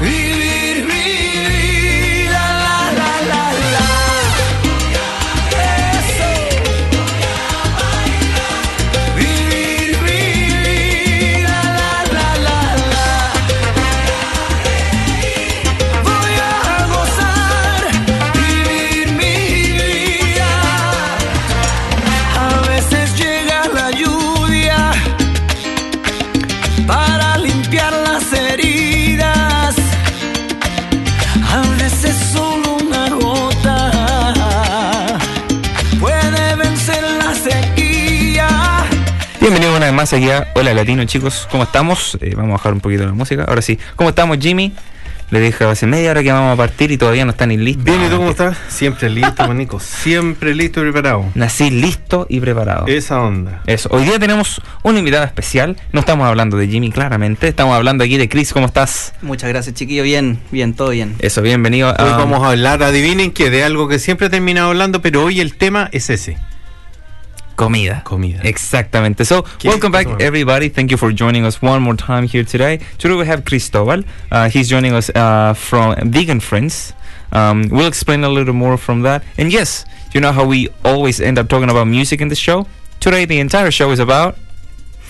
Vivir mi vida, la la la la. Eso. Vivir mi vida, la la la la. Voy a gozar, vivir mi vida. A veces llega la lluvia para limpiar las heridas. A veces solo una gota puede vencer la sequía. Bienvenidos una vez más aquí a Hola Latino, chicos. ¿Cómo estamos? Eh, vamos a bajar un poquito la música. Ahora sí. ¿Cómo estamos, Jimmy? Le dije hace media hora que vamos a partir y todavía no están ni Este, listos. Bien, ¿y tú cómo estás? Siempre listo, manico. Siempre listo y preparado. Nací listo y preparado. Esa onda. Eso. Hoy día tenemos una invitada especial. No estamos hablando de Jimmy, claramente. Estamos hablando aquí de Chris. ¿Cómo estás? Muchas gracias, chiquillo. Bien, bien, todo bien. Eso, bienvenido a. Hoy vamos a hablar, adivinen que de algo que siempre he terminado hablando, pero hoy el tema es ese. Comida. Comida. Exactamente. So, ¿Qué- welcome back, qué- everybody. Thank you for joining us one more time here today. Today we have Cristobal. Uh, he's joining us uh, from Vegan Friends. Um, we'll explain a little more from that. And yes, you know how we always end up talking about music in the show? Today the entire show is about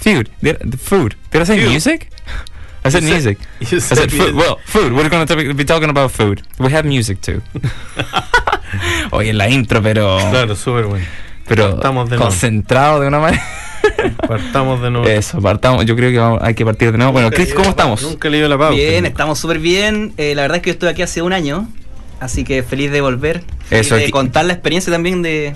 food. Did, the food. Did I say Food. music? I said You said- music. you I said said food. music. Well, food. We're going to be talking about food. We have music too. Oye, la intro, pero Claro, súper bueno. pero Partamos de nuevo. concentrado de una manera. Partamos de nuevo. Eso, partamos. Yo creo que vamos- hay que partir de nuevo. Bueno, Chris, ¿cómo estamos? Nunca le dio la pauta. Bien, estamos súper bien. Eh, la verdad es que yo estuve aquí hace un año, así que feliz de volver. Feliz Eso, de aquí- contar la experiencia también de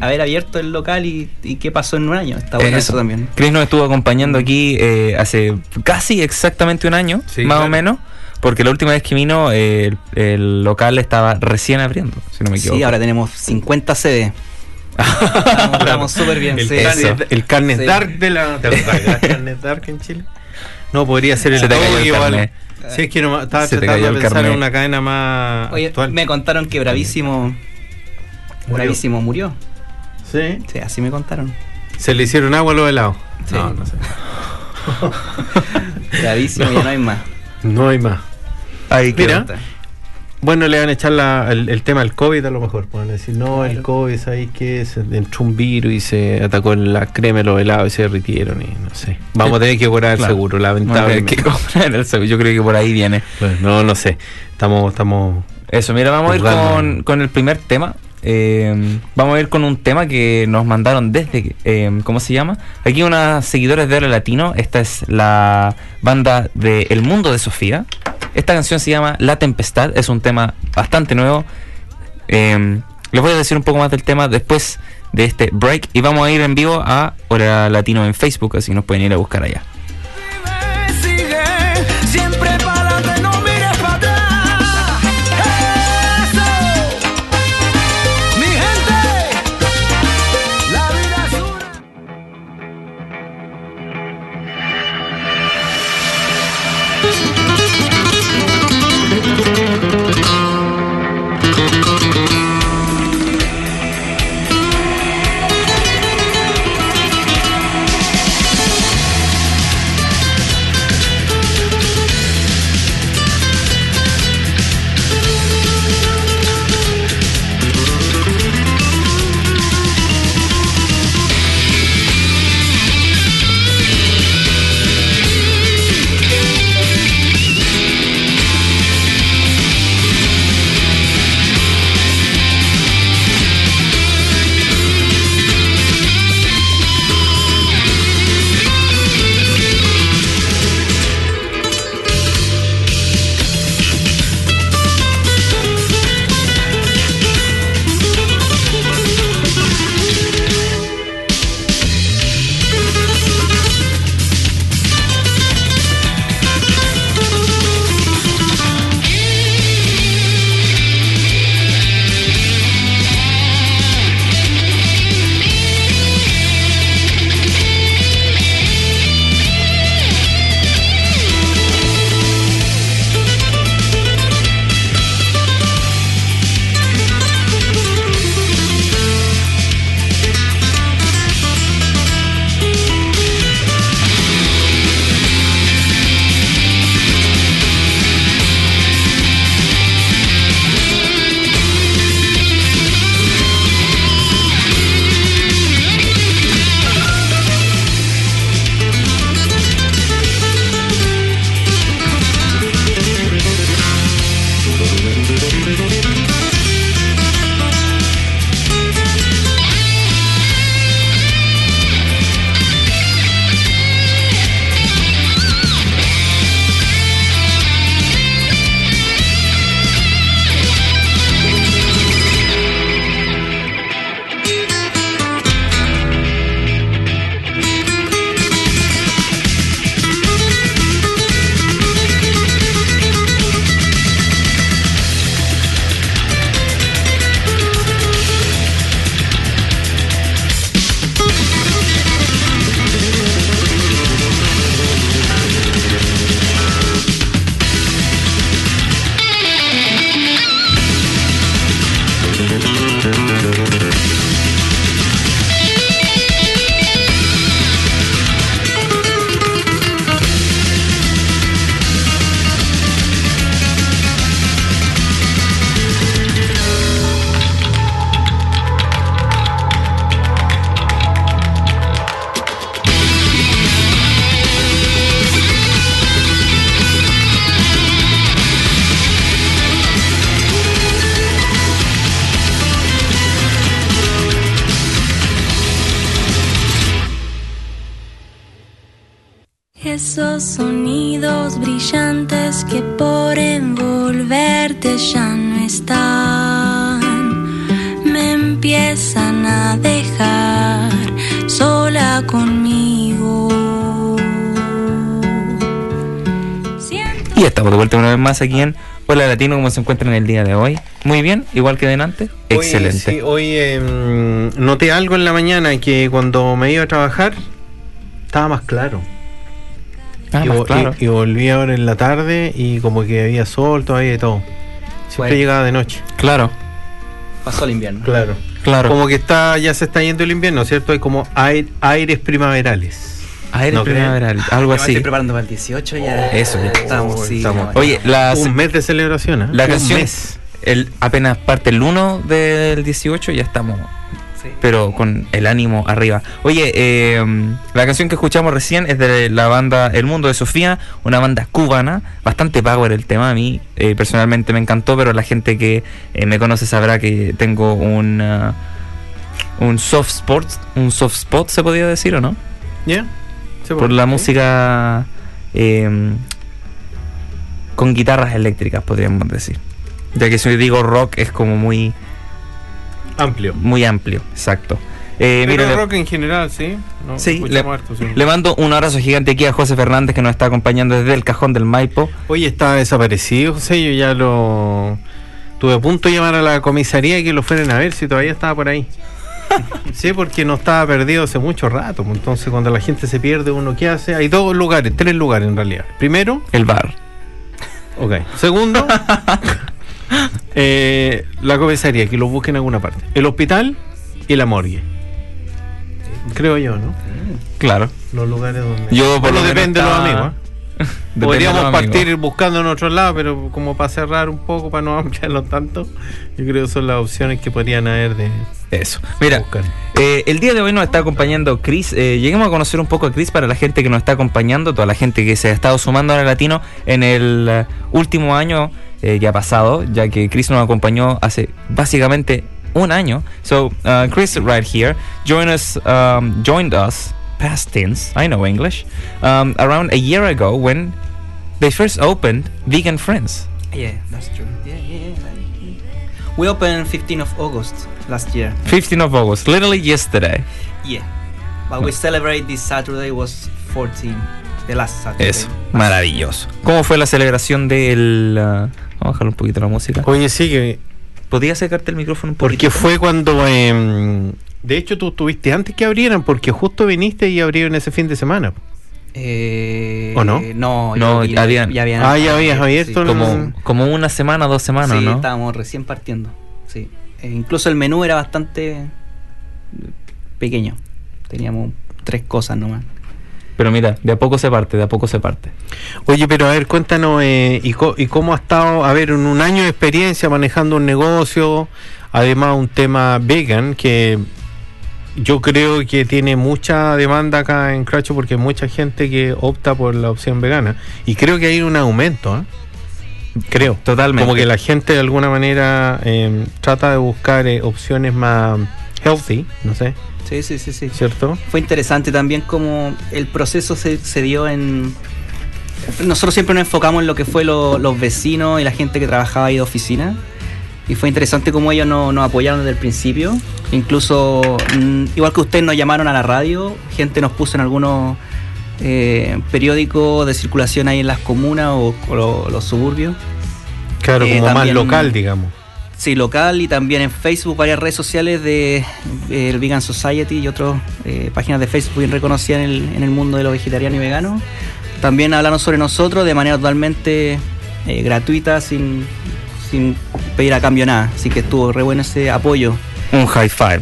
haber abierto el local y, y qué pasó en un año. Está bueno Eh, eso también. Chris nos estuvo acompañando aquí eh, hace casi exactamente un año, Sí, más o claro. menos, porque la última vez que vino eh, el, el local estaba recién abriendo, si no me equivoco. Sí, ahora tenemos 50 sedes. Estamos estamos súper bien. El, sí. carne- Eso. el carne Sí. dark de la. ¿Te acuerdas de la carne dark en Chile? No, podría ser el Se te todo cayó el igual. carnet. Si es que no, estaba Se te tratando cayó de el pensar carnet. en una cadena más Oye, actual. me contaron que Bravísimo. Murió. Bravísimo murió. Sí. Sí, así me contaron. Se le hicieron agua a los helados. Sí. No, no sé. Bravísimo, ya no hay más. No hay más. Ahí quedó. Mira. Bueno, le van a echar la- el, el tema al COVID a lo mejor. Pueden decir, no, el COVID, ahí que se entró un virus y se atacó en la crema de los helados y se derritieron y no sé. Vamos a tener que cobrar el Claro. seguro, Vamos a tener lamentablemente. que comprar el seguro. Yo creo que por ahí viene. Pues, no, no sé. Estamos, estamos... Eso, mira, vamos a ir Random. con, con el primer tema. Eh, vamos a ir con un tema que nos mandaron desde, que- eh, ¿cómo se llama? Aquí unas seguidores de Hora Latino. Esta es la banda de El Mundo de Sofía. Esta canción se llama La Tempestad. Es un tema bastante nuevo. Eh, les voy a decir un poco más del tema después de este break. Y vamos a ir en vivo a Hora Latino en Facebook, así nos pueden ir a buscar allá. Vive, sigue, siempre para adelante, no mires para atrás. Eso, mi gente, la vida es una. esos sonidos brillantes que por envolverte ya no están. Me empiezan a dejar sola conmigo. Siento Y estamos de vuelta una vez más aquí en Hola Latino, como se encuentran el día de hoy. Muy bien, igual que delante. Hoy, Excelente. sí, hoy em, noté algo en la mañana que cuando me iba a trabajar estaba más claro. Ah, y, más vo- claro. y- y volví ahora en la tarde y como que había sol todavía y todo. Siempre Bueno. llegaba de noche. Claro, Pasó el invierno. Claro. claro. Como que está, ya se está yendo el invierno, ¿cierto? Hay como aire- aires primaverales. Aire ¿No creen? primaveral, algo Ya me así. Oh, estoy preparando para el 18 ya. Eso, ya. Estamos, sí, Estamos. no, Oye, la, Un mes de celebración, ¿eh? Ah, la Un canción mes. el, apenas parte el 1 del 18 ya estamos, sí. pero con el ánimo arriba. Oye, eh, la canción que escuchamos recién es de la banda El Mundo de Sofía, una banda cubana, bastante power el tema a mí, eh, personalmente me encantó, pero la gente que eh, me conoce sabrá que tengo un ah, un soft spot, un soft spot se podría decir o no? ¿Ya? Sí, por pues. la música eh, con guitarras eléctricas, podríamos decir. Ya que si digo rock es como muy, Amplio. muy amplio, exacto. Eh, Pero mire, le- rock en general, ¿sí? No, Sí, escuchamos le- harto, sí. le mando un abrazo gigante aquí a José Fernández que nos está acompañando desde el cajón del Maipo. Oye, está desaparecido, José. Yo ya lo. Tuve a punto de llamar a la comisaría y que lo fueran a ver si todavía estaba por ahí. sí, porque no estaba perdido hace mucho rato. pues, Entonces, cuando la gente se pierde, uno qué hace. Hay dos lugares, tres lugares en realidad. Primero, El bar. ok. Segundo, eh, la comisaría, que lo busquen en alguna parte. El hospital y la morgue. Creo yo, ¿no? Claro. Los lugares donde. Yo por Bueno, lo menos depende de los estaba- amigos. ¿eh? Depende de Podríamos los amigos. partir buscando en otro lado, pero como para cerrar un poco, para no ampliarlo tanto, yo creo que son las opciones que podrían haber de Eso. Mira, buscar. Eh, el día de hoy nos está acompañando Chris. Eh, lleguemos a conocer un poco a Chris para la gente que nos está acompañando, toda la gente que se ha estado sumando a Latino en el eh, último año eh, que ha pasado, ya que Chris nos acompañó hace básicamente un año. So, uh, Chris, right here, joined us, um, joined us, past tense, I know English, um, around a year ago when they first opened Vegan Friends. Yeah, that's true. Yeah, yeah, yeah. We opened 15th of August last year. 15th of August, literally yesterday. Yeah. But we celebrate this Saturday was 14, the last Saturday. Eso, maravilloso. ¿Cómo fue la celebración del... ah, vamos a bajar un poquito la música. Oye, sí, que- ¿Podías acercarte el micrófono un poquito? porque fue cuando. em, de hecho, tú estuviste antes que abrieran, porque justo viniste y abrieron ese fin de semana. Eh, ¿O no? No, No, yo- habían- ya habían. Ah, ya habías abierto, sí. Como, como una semana, dos semanas, sí, ¿no? estábamos recién partiendo. Sí. Eh, incluso el menú era bastante pequeño. Teníamos tres cosas nomás. Pero mira, de a poco se parte, de a poco se parte. Oye, pero a ver, cuéntanos, eh, y, co- y cómo ha estado, a ver, en un año de experiencia manejando un negocio, además un tema vegan, que yo creo que tiene mucha demanda acá en Cracho porque hay mucha gente que opta por la opción vegana. Y creo que hay un aumento, ¿eh? Creo. Totalmente. Como que la gente de alguna manera eh, trata de buscar eh, opciones más healthy, no sé, Sí, sí, sí, sí. ¿cierto? Fue interesante también como el proceso se, se dio en... Nosotros siempre nos enfocamos en lo que fue lo- los vecinos y la gente que trabajaba ahí de oficina. Y fue interesante como ellos no- nos apoyaron desde el principio. Incluso, mm, igual que ustedes nos llamaron a la radio, gente nos puso en algunos eh, periódicos de circulación ahí en las comunas o, o lo- los suburbios. Claro, Eh, como más también- local, digamos. Sí, local y también en Facebook, varias redes sociales de eh, el Vegan Society y otras eh, páginas de Facebook bien reconocidas en el, en el mundo de los vegetarianos y veganos. También hablaron sobre nosotros de manera totalmente eh, gratuita, sin, sin pedir a cambio nada. Así que estuvo re bueno ese apoyo. Un high five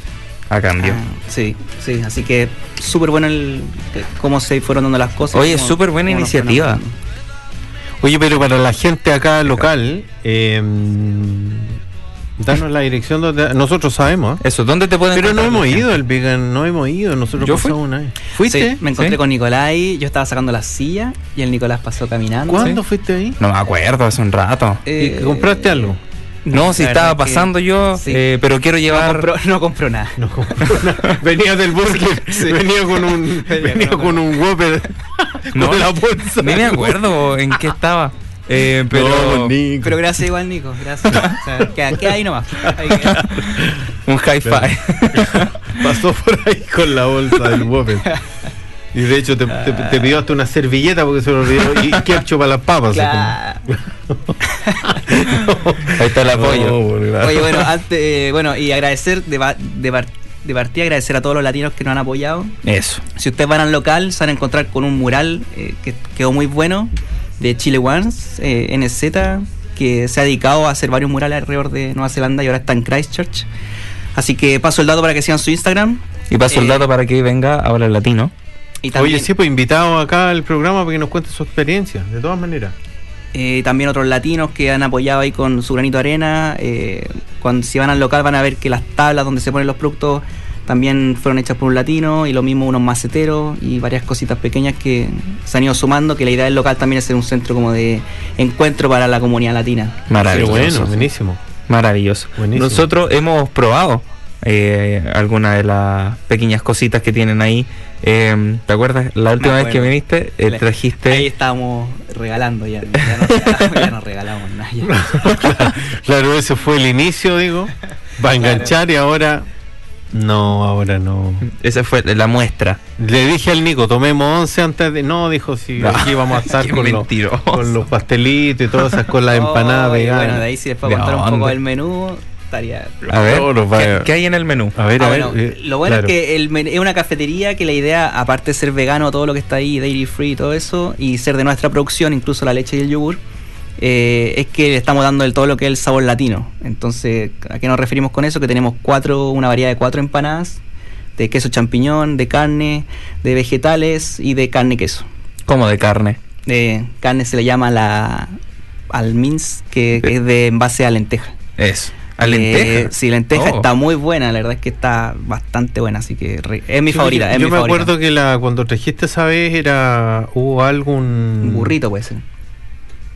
a cambio. Ah, sí, sí, así que súper bueno el, eh, cómo se fueron dando las cosas. Oye, cómo- súper buena cómo nos fueron iniciativa. apoyando. Oye, pero para la gente acá local, eh, danos la dirección donde nosotros sabemos. ¿eh? Eso, ¿dónde te pueden Pero no encontrar la hemos gente? ido al vegan, no hemos ido, nosotros Yo fui. pasamos una vez. ¿Fuiste? Sí, me encontré Sí. con Nicolai, yo estaba sacando la silla y el Nicolás pasó caminando. ¿Cuándo fuiste ahí? No me acuerdo, hace un rato. Eh, ¿Y ¿Compraste algo? No, si la estaba verdad que- pasando yo, sí. eh, pero quiero No llevar... compró, no compró nada. No compré nada. venía del bosque, venía con un venía con un Whopper. No, con la bolsa. Ni me acuerdo en qué estaba. Eh, pero No, Nico. Pero gracias igual, Nico. Gracias. O sea, queda, queda ahí nomás. Ahí queda. un high five. Pasó por ahí con la bolsa del Whopper. Y de hecho te, te- te pidió hasta una servilleta porque se lo olvidó. Y ketchup para las papas. Claro. Ahí está el apoyo. Oye, bueno, antes, eh, bueno, y agradecer de, va- de par- de partida, agradecer a todos los latinos que nos han apoyado. Eso. Si ustedes van al local, se van a encontrar con un mural eh, que quedó muy bueno de Chile Ones, eh, NZ, que se ha dedicado a hacer varios murales alrededor de Nueva Zelanda y ahora está en Christchurch. Así que paso el dato para que sigan su Instagram. Y paso el Eh, dato para que venga ahora el latino. Y también, Oye, sí, pues invitado acá al programa para que nos cuente su experiencia, de todas maneras. eh, también otros latinos que han apoyado ahí con su granito de arena. eh, cuando, si van al local van a ver que las tablas donde se ponen los productos también fueron hechas por un latino y lo mismo unos maceteros y varias cositas pequeñas que se han ido sumando, que la idea del local también es ser un centro como de encuentro para la comunidad latina. Pero Maravilloso. bueno, buenísimo. Maravilloso. Buenísimo. Nosotros hemos probado eh, algunas de las pequeñas cositas que tienen ahí. Eh, ¿Te acuerdas? La última vez que acuerdo. viniste, eh, Le- trajiste. Ah, Ahí estábamos regalando ya, ya no, regalamos, ya no regalamos nada. ya. claro, claro, ese fue el inicio, digo. Va a enganchar y ahora. No, ahora no. Esa fue la muestra. Le dije al Nico, tomemos 11 antes de. No, dijo, si No. aquí vamos a estar Qué con, los, mentiroso. con los pastelitos y todas esas con las empanadas Oh, y veganas. Bueno, de ahí si les puedo ¿De contar un poco dónde? del menú, estaría... A ver, No, no, vaya. ¿qué, qué hay en el menú? A ver, Ah, a ver. bueno, eh, lo bueno claro. es que el men- es una cafetería que la idea, aparte de ser vegano, todo lo que está ahí, dairy free y todo eso, y ser de nuestra producción, incluso la leche y el yogur, eh, es que le estamos dando el todo lo que es el sabor latino. Entonces, ¿a qué nos referimos con eso? Que tenemos cuatro, una variedad de cuatro empanadas, de queso champiñón, de carne, de vegetales y de carne y queso. Como de carne. De carne se le llama la al mince, que, Eh. que es de envase a lenteja. Eso. ¿A Eh, lenteja? sí, lenteja Oh. está muy buena, la verdad es que está bastante buena, así que re- es mi Yo- favorita. es Yo mi me favorita. acuerdo que la cuando trajiste esa vez era. Hubo algún. Un burrito puede ser.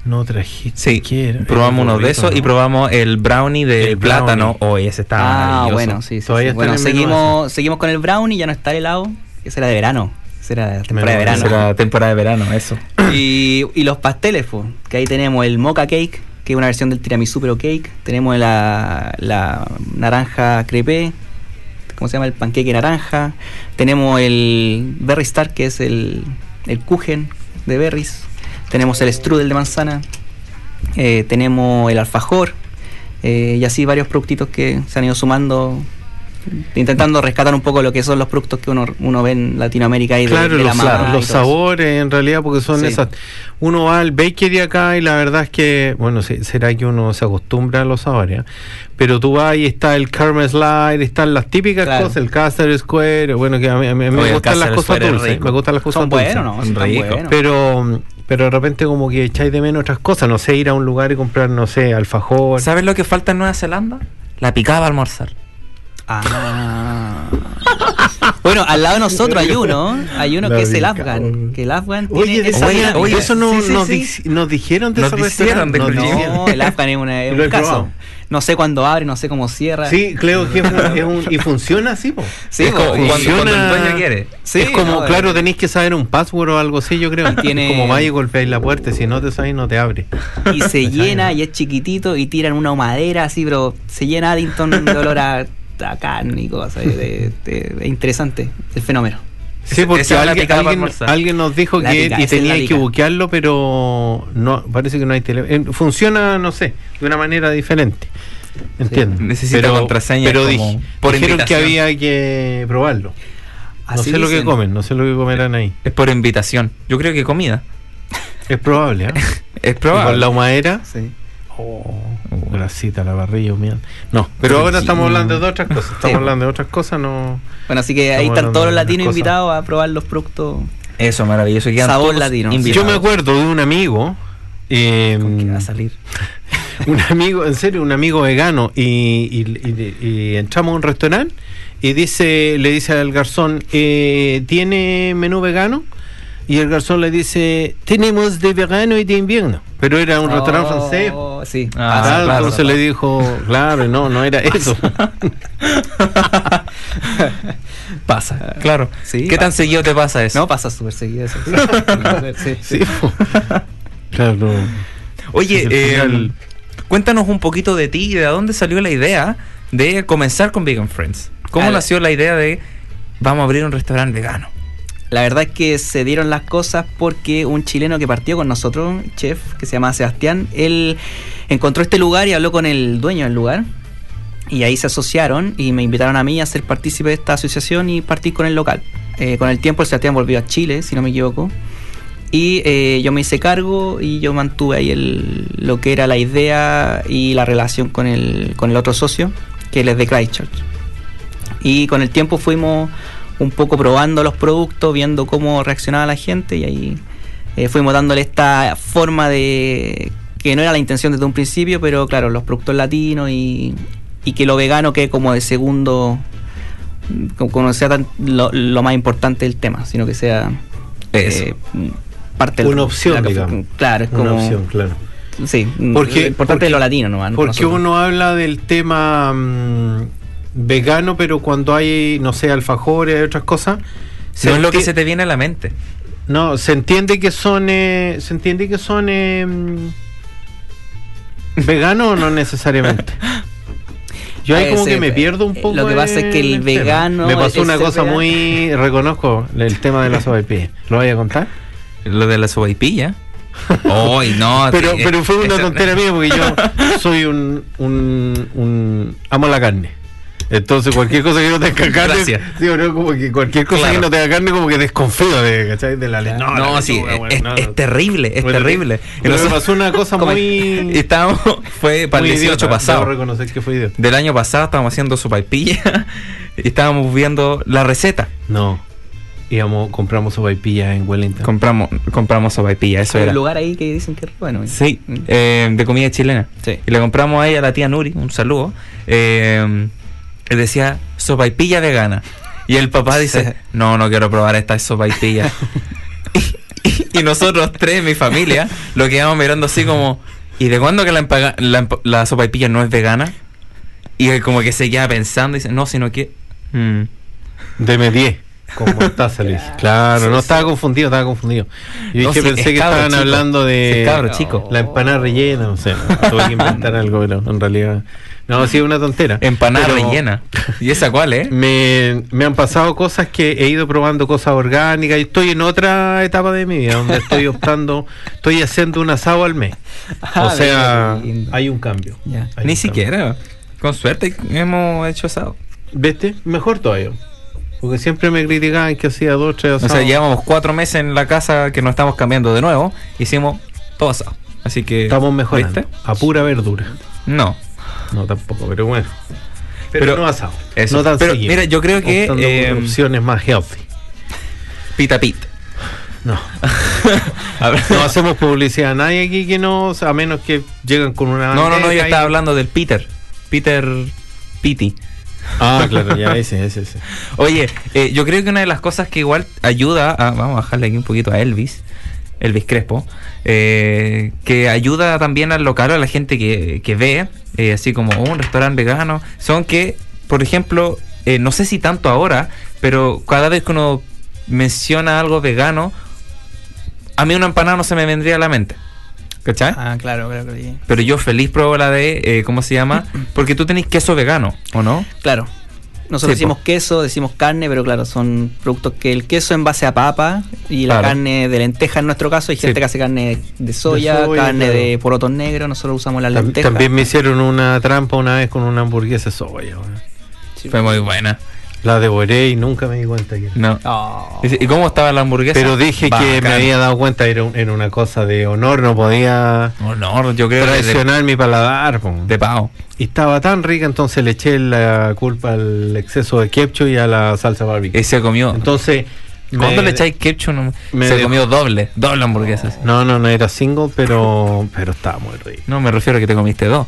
No trajiste. Sí, ¿qué era? probamos uno de Burrito, esos y ¿no? probamos el brownie de El plátano. brownie. Oye, ese está ah, maravilloso. bueno, sí, sí, Todavía sí. está Bueno, en el menú seguimos, seguimos con el brownie, ya no está el helado. Ese era de verano. Ese era de temporada de Menú, verano. ese Será temporada de verano, eso. Y, y los pasteles, po, que ahí tenemos el mocha cake, que es una versión del tiramisú pero cake. Tenemos la, la naranja crepe, ¿cómo se llama? El panqueque naranja. Tenemos el berry star, que es el, el kuchen de berries. Tenemos el strudel de manzana. Eh, tenemos el alfajor. eh, y así varios productitos que se han ido sumando. Intentando rescatar un poco lo que son los productos que uno, uno ve en Latinoamérica y de- Claro, de, la los, mamá claro, los y todo eso. sabores en realidad porque son Sí. esas. Uno va al bakery acá y la verdad es que, bueno, se- será que uno se acostumbra a los sabores, ¿eh? pero tú vas y está el caramel slide, están las típicas Claro. cosas, el Castle Square, bueno, que a mí, a mí Oye, me el gustan las Castle cosas Square es dulces, rico. me gustan las cosas Son dulces. buenos, ¿no? Son rico. buenos. Pero, pero de repente como que echáis de menos otras cosas, no sé, ir a un lugar y comprar, no sé, alfajor. ¿Sabes lo que falta en Nueva Zelanda? La picada para almorzar. Ah. bueno, al lado de nosotros hay uno, hay uno La que es el bica, afghan, oye. que el afghan tiene Oye, de esa oye, dinámica. oye, eso no, Sí, sí, nos, sí. dici- nos dijeron de Nos ese dijeron restaurante, de nos Julio. dijeron. No, el afghan es, una- es Lo he un caso. probado. No sé cuándo abre, no sé cómo cierra. Sí, creo que es un, es un- y funciona así, po. Sí, es pues, como y- cuando, funciona. cuando el dueño quiere. sí, es como, no, claro, eh, tenéis que saber un password o algo así, yo creo. tiene- Es como vaya y golpeáis la puerta, si no te sabes no te abre. Y se llena y es chiquitito y tiran una madera así, pero se llena Addington de olor a, a carne y cosas. Es interesante el fenómeno. Sí, Esa- porque esa es la alguien, picada para alguien- almorzar. alguien nos dijo La que pica, y esa es la tenía que pica. buquearlo, pero no parece que no hay teléfono. Funciona, no sé, de una manera diferente. Entiendo. Necesita contraseña Pero como dij- por dijeron que invitación. había que probarlo. no Así sé lo que dicen. comen, no sé lo que comerán ahí. Es por invitación. Yo creo que comida. Es probable, ¿eh? Es Y Con probable. la humadera. Sí. Oh, la cita, la parrilla, mira. No, pero ahora estamos hablando de otras cosas. Estamos Sí. hablando de otras cosas, no. Bueno, así que Estamos ahí están hablando todos de los unas latinos cosas. invitados a probar los productos. Eso, maravilloso. Quedan Sabor todos latino. invitados. Yo me acuerdo de un amigo. eh, ¿Con qué va a salir? un amigo, en serio, un amigo vegano. Y, y- y- y entramos a un restaurante y dice, le dice al garzón, eh, ¿tiene menú vegano? y el garzón le dice, tenemos de verano y de invierno. Pero era un restaurante Oh, francés. Sí. Ah, Claro, claro. entonces le dijo, claro, no, no era eso. Pasa, claro. Sí, ¿Qué tan pasa. seguido te pasa eso? No pasa súper seguido eso. Sí, sí. Sí, po. claro. Oye, Al eh, final- cuéntanos un poquito de ti y de dónde salió la idea de comenzar con Vegan Friends. ¿Cómo Al- nació la idea de vamos a abrir un restaurante vegano? La verdad es que se dieron las cosas porque un chileno que partió con nosotros, un chef que se llama Sebastián, él encontró este lugar y habló con el dueño del lugar. Y ahí se asociaron y me invitaron a mí a ser partícipe de esta asociación y partir con el local. Eh, con el tiempo el Sebastián volvió a Chile, si no me equivoco. Y eh, yo me hice cargo y yo mantuve ahí el- lo que era la idea y la relación con el, con el otro socio, que él es de Christchurch. Y con el tiempo fuimos un poco probando los productos, viendo cómo reaccionaba la gente y ahí eh, fuimos dándole esta forma de que no era la intención desde un principio, pero claro, los productos latinos y, y que lo vegano quede como de segundo, mm, como que no sea tan lo, lo más importante del tema, sino que sea Eso. eh, parte Una opción, la- digamos. Claro, es como Una opción, claro. sí, mm, Porque- lo importante porque- es lo latino, nomás, ¿no? Porque Nosotros. uno habla del tema mm, vegano, pero cuando hay, no sé, alfajores, otras cosas. no es lo que enti- se te viene a la mente. No, se entiende que son. eh, se entiende que son. eh, mm, vegano o no necesariamente. Yo ahí Eh, como sí, que me eh, pierdo un eh, poco. lo que pasa es que el en tema. vegano Me pasó es una el cosa vegano. muy. Reconozco el tema de la sopaipilla. ¿Lo voy a contar? Lo de la sobaipilla. Ay, no. pero, sí, pero fue eh, una esa- tontera mía porque yo soy un, un, un- amo la carne. Entonces cualquier cosa que no tenga carne, Gracias. sí o no, como que cualquier cosa Claro. que no tenga carne como que desconfío de, ¿cachai? De la No, lechuga, la sí, lechuga, es, bueno, es- no, no. es terrible, es Bueno, terrible. Y Pero me nosotros- pasó una cosa como- muy- Estábamos, fue para Muy el 18 idiota, pasado. Debo reconocer que fue idiota. Del año pasado estábamos haciendo sopaipilla y estábamos viendo la receta. No. Íbamos, compramos sopaipillas en Wellington. Compramos, compramos sopaipilla, eso Hay era. un lugar ahí que dicen que es bueno. Sí, Mm. eh, de comida chilena. Sí. Y le compramos a ella, a la tía Nuri, un saludo. Eh, y decía, sopaipilla vegana. Y el papá dice, no, no quiero probar esta sopaipilla. y, y nosotros tres, mi familia, lo quedamos mirando así como, ¿y de cuándo que la, empaga- la, emp- la sopaipilla no es vegana? Y él como que se queda pensando y dice, no, sino que... mm, Deme 10. Con mostaza, le hice. Claro, no estaba confundido, estaba confundido. Yo No, sí, dije, pensé es que cabro estaban chico. hablando de. Es cabro chico. La empanada rellena, no sé. Tuve que inventar algo, pero en realidad. No, sí, es una tontera. Empanada Pero rellena. ¿Y esa cuál, eh? Me, me han pasado cosas que he ido probando cosas orgánicas y estoy en otra etapa de mi vida donde estoy optando, estoy haciendo un asado al mes. Ah, o sea, mira, qué lindo. hay un cambio. Ni Hay Ya. un cambio. siquiera. Con suerte hemos hecho asado. ¿Viste? Mejor todavía. Porque siempre me criticaban que hacía dos, tres O asados. sea, llevamos cuatro meses en la casa que nos estamos cambiando de nuevo. Hicimos todo asado. Así que. Estamos mejorando. ¿viste? A pura verdura. No. No, tampoco, pero bueno. Pero, Pero no asado. eso. No tan Pero, seguido. mira, yo creo que, Optando por eh, opciones más healthy. Pita pit. No. A ver. No hacemos publicidad a nadie aquí que no, a menos que llegan con una. No, no, no, yo bandeja y- estaba hablando del Peter. Peter Piti. Ah, claro, ya, ese, ese, ese. Oye, eh, yo creo que una de las cosas que igual ayuda a. Vamos a bajarle aquí un poquito a Elvis. Elvis Crespo. eh, que ayuda también al local, a la gente que, que ve, eh, así como "Oh, un restaurante vegano. Son que, por ejemplo, eh, no sé si tanto ahora, pero cada vez que uno menciona algo vegano, a mí una empanada no se me vendría a la mente. ¿Cachai? Ah, claro, claro, claro. sí. Pero yo feliz pruebo la de, eh, ¿cómo se llama? Porque tú tenés queso vegano, ¿o no? Claro. Nosotros Sí, po. decimos queso, decimos carne, pero claro, son productos que el queso en base a papa y la Claro. carne de lenteja en nuestro caso. Hay Sí. gente que hace carne de soya, De soya, carne claro. de porotos negros, nosotros usamos las Tam- lentejas. También me hicieron una trampa una vez con una hamburguesa de soya. weón. Sí. Fue muy buena. La devoré y nunca me di cuenta que era. No. Oh. Dice, ¿Y cómo estaba la hamburguesa? Pero dije que Bacán. me había dado cuenta, era, un- era una cosa de honor, no podía No, no, yo creo que de, traicionar mi paladar. po. de pavo. Y estaba tan rica, entonces le eché la culpa al exceso de ketchup y a la salsa barbecue. Y se comió. Entonces, ¿Cuándo me- le echáis ketchup? No, me se de- comió doble, doble hamburguesas. Ah. No, no, no era single, pero pero estaba muy rico. No, me refiero a que te comiste dos.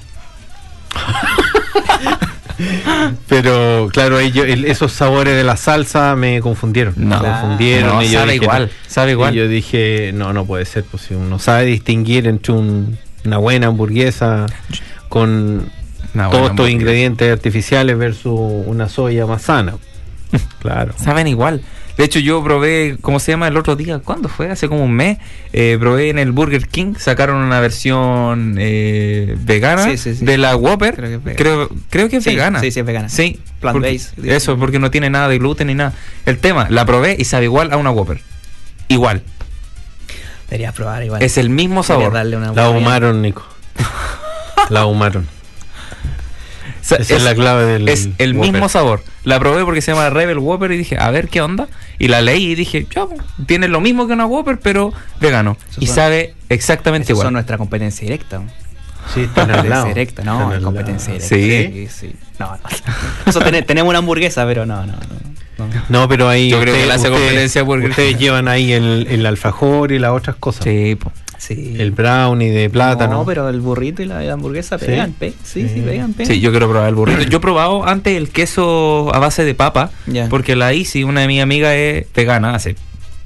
Pero claro, ellos, el- esos sabores de la salsa me confundieron. No. me confundieron. No, y yo sabe dije, igual, no. sabe igual. Y yo dije, no, no puede ser, pues si uno sabe distinguir entre un- una buena hamburguesa con Una buena todos estos hamburguesa. ingredientes artificiales versus una soya más sana. claro. Saben igual. De hecho, yo probé, ¿cómo se llama? El otro día, ¿cuándo fue? Hace como un mes. eh, probé en el Burger King, sacaron una versión eh, vegana Sí, sí, sí. de la Whopper. Creo que es vegana. Creo, creo que es Sí, vegana. sí, sí, es vegana. Sí, Plant porque- based. Eso, porque no tiene nada de gluten ni nada. El tema, la probé y sabe igual a una Whopper. Igual. Deberías probar igual. Es el mismo Deberías sabor. darle una La buena- ahumaron, Nico. La ahumaron. O sea, Esa es la clave del Es el Whopper. mismo sabor. La probé porque se llama Rebel Whopper y dije, a ver qué onda. Y la leí y dije, ya, pues, tiene lo mismo que una Whopper, pero vegano. Esos Y son- sabe exactamente Esos igual. son nuestra competencia directa. Sí, están al Competencia lado. directa, Están no, al competencia lado. directa. Sí. sí. No, no. Nosotros tene- tenemos una hamburguesa, pero no, no. no, no. No, pero ahí. Yo creo que le hace ustedes- competencia a Burger Ustedes King. llevan ahí el, el alfajor y las otras cosas. Sí, po. Sí. El brownie de plátano. No, pero el burrito y la, la hamburguesa Sí. pegan, pe- sí, sí, Sí. pegan, pegan. Sí, yo quiero probar el burrito. Yo he probado antes el queso a base de papa, Ya. porque la Isi, una de mis amigas, es vegana hace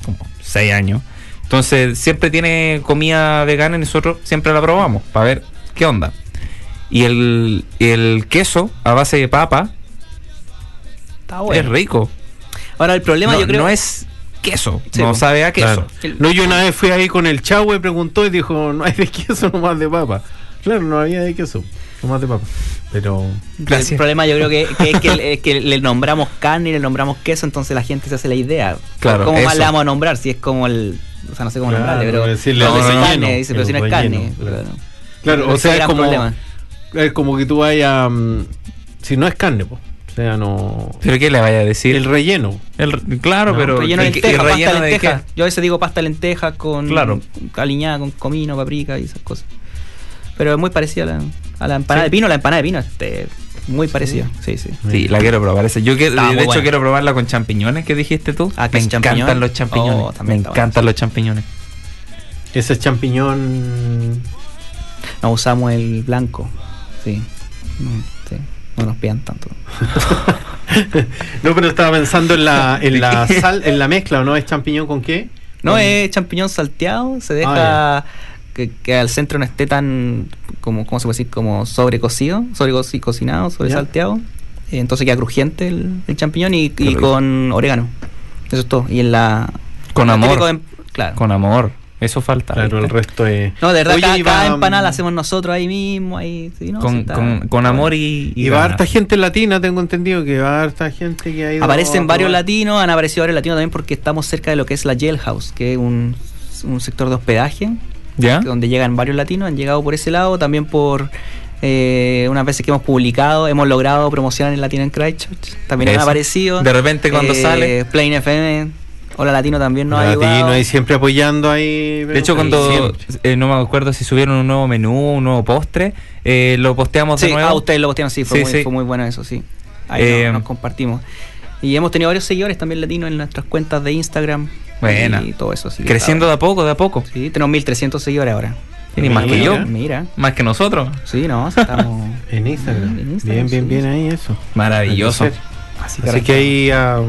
como 6 años. Entonces, siempre tiene comida vegana y nosotros siempre la probamos para ver qué onda. Y el, el queso a base de papa Está bueno. es rico. Ahora, el problema no, yo creo... no es queso, Sí, no po. sabe a queso. Claro. El- No, yo una vez fui ahí con el chavo y preguntó y dijo: No hay de queso, nomás de papa. Claro, no había de queso, nomás de papa. Pero. El Gracias. problema yo creo que, que es que, le- es que le nombramos carne y le nombramos queso, entonces la gente se hace la idea. Claro, ¿Cómo más eso. le vamos a nombrar? Si es como el... O sea, no sé cómo Claro, nombrarle, pero... decirle no, el es relleno, carne, dice, pero el si no es relleno, carne. claro. claro. Claro, o Ese sea, es gran como. problema. Es como que tú vayas. mm, si no es carne, po. O sea, no. ¿Pero qué le vaya a decir? El relleno. El- claro, No, pero. Relleno de el- el lenteja, relleno pasta de de lenteja. qué? Yo a veces digo pasta de lenteja con Claro. aliñada con comino, paprika y esas cosas. Pero es muy parecida a la, a la empanada de pino. La empanada de pino este, muy parecida. Sí, sí. Sí, la quiero probar. esa. Yo que, Está de muy hecho buena. quiero probarla con champiñones que dijiste tú. Ah, me ¿que es encantan champiñón? los champiñones. Oh, me también está bueno, encantan los champiñones. Ese es champiñón. No usamos el blanco. Sí. No, sí. No nos pidan tanto. No, pero estaba pensando en la, en la sal, en la mezcla, ¿o no? ¿Es champiñón con qué? No, Con- es champiñón salteado. Se deja Ah, que, que al centro no esté tan, como, ¿cómo se puede decir? Como sobrecocido, sobrecocinado, sobresalteado. Eh, Entonces queda crujiente el, el champiñón y, y rico. con orégano. Eso es todo. Y en la... Con lo amor. típico de- claro. Con amor. Eso falta. Claro, el ¿viste? resto es. no, de verdad, Oye, cada, y cada va, empanada mm, la hacemos nosotros ahí mismo. Ahí, sí, no, sí, Con, está- con- con amor y. Y va ganas. harta gente latina, tengo entendido que va harta gente que ha ido. Aparecen a varios probar. latinos, han aparecido varios latinos también porque estamos cerca de lo que es la jailhouse, que es un, un sector de hospedaje ¿Ya? donde llegan varios latinos, han llegado por ese lado, también por eh, unas veces que hemos publicado, hemos logrado promocionar en Latino en Christchurch, también han Eso. aparecido. Eh, De repente cuando sale. Plain FM, Hola Latino también nos ha Latino ayudado. ahí siempre apoyando ahí. De hecho, cuando. eh, no me acuerdo si subieron un nuevo menú, un nuevo postre. eh, lo posteamos Sí, de nuevo. ah, ustedes lo postearon, sí, fue, Sí, muy, sí. fue muy bueno eso, sí. Ahí Eh, nos, nos compartimos. Y hemos tenido varios seguidores también latinos en nuestras cuentas de Instagram Buena. y todo eso. así que Creciendo de a poco, de a poco. está- Sí, tenemos 1300 seguidores ahora. Tiene más que yo. Mira. Mira. Más que nosotros. Sí, no, estamos... En Instagram. En Instagram, bien, bien, bien sí. ahí eso. Maravilloso. Hay que hacer. Así que ahí ah,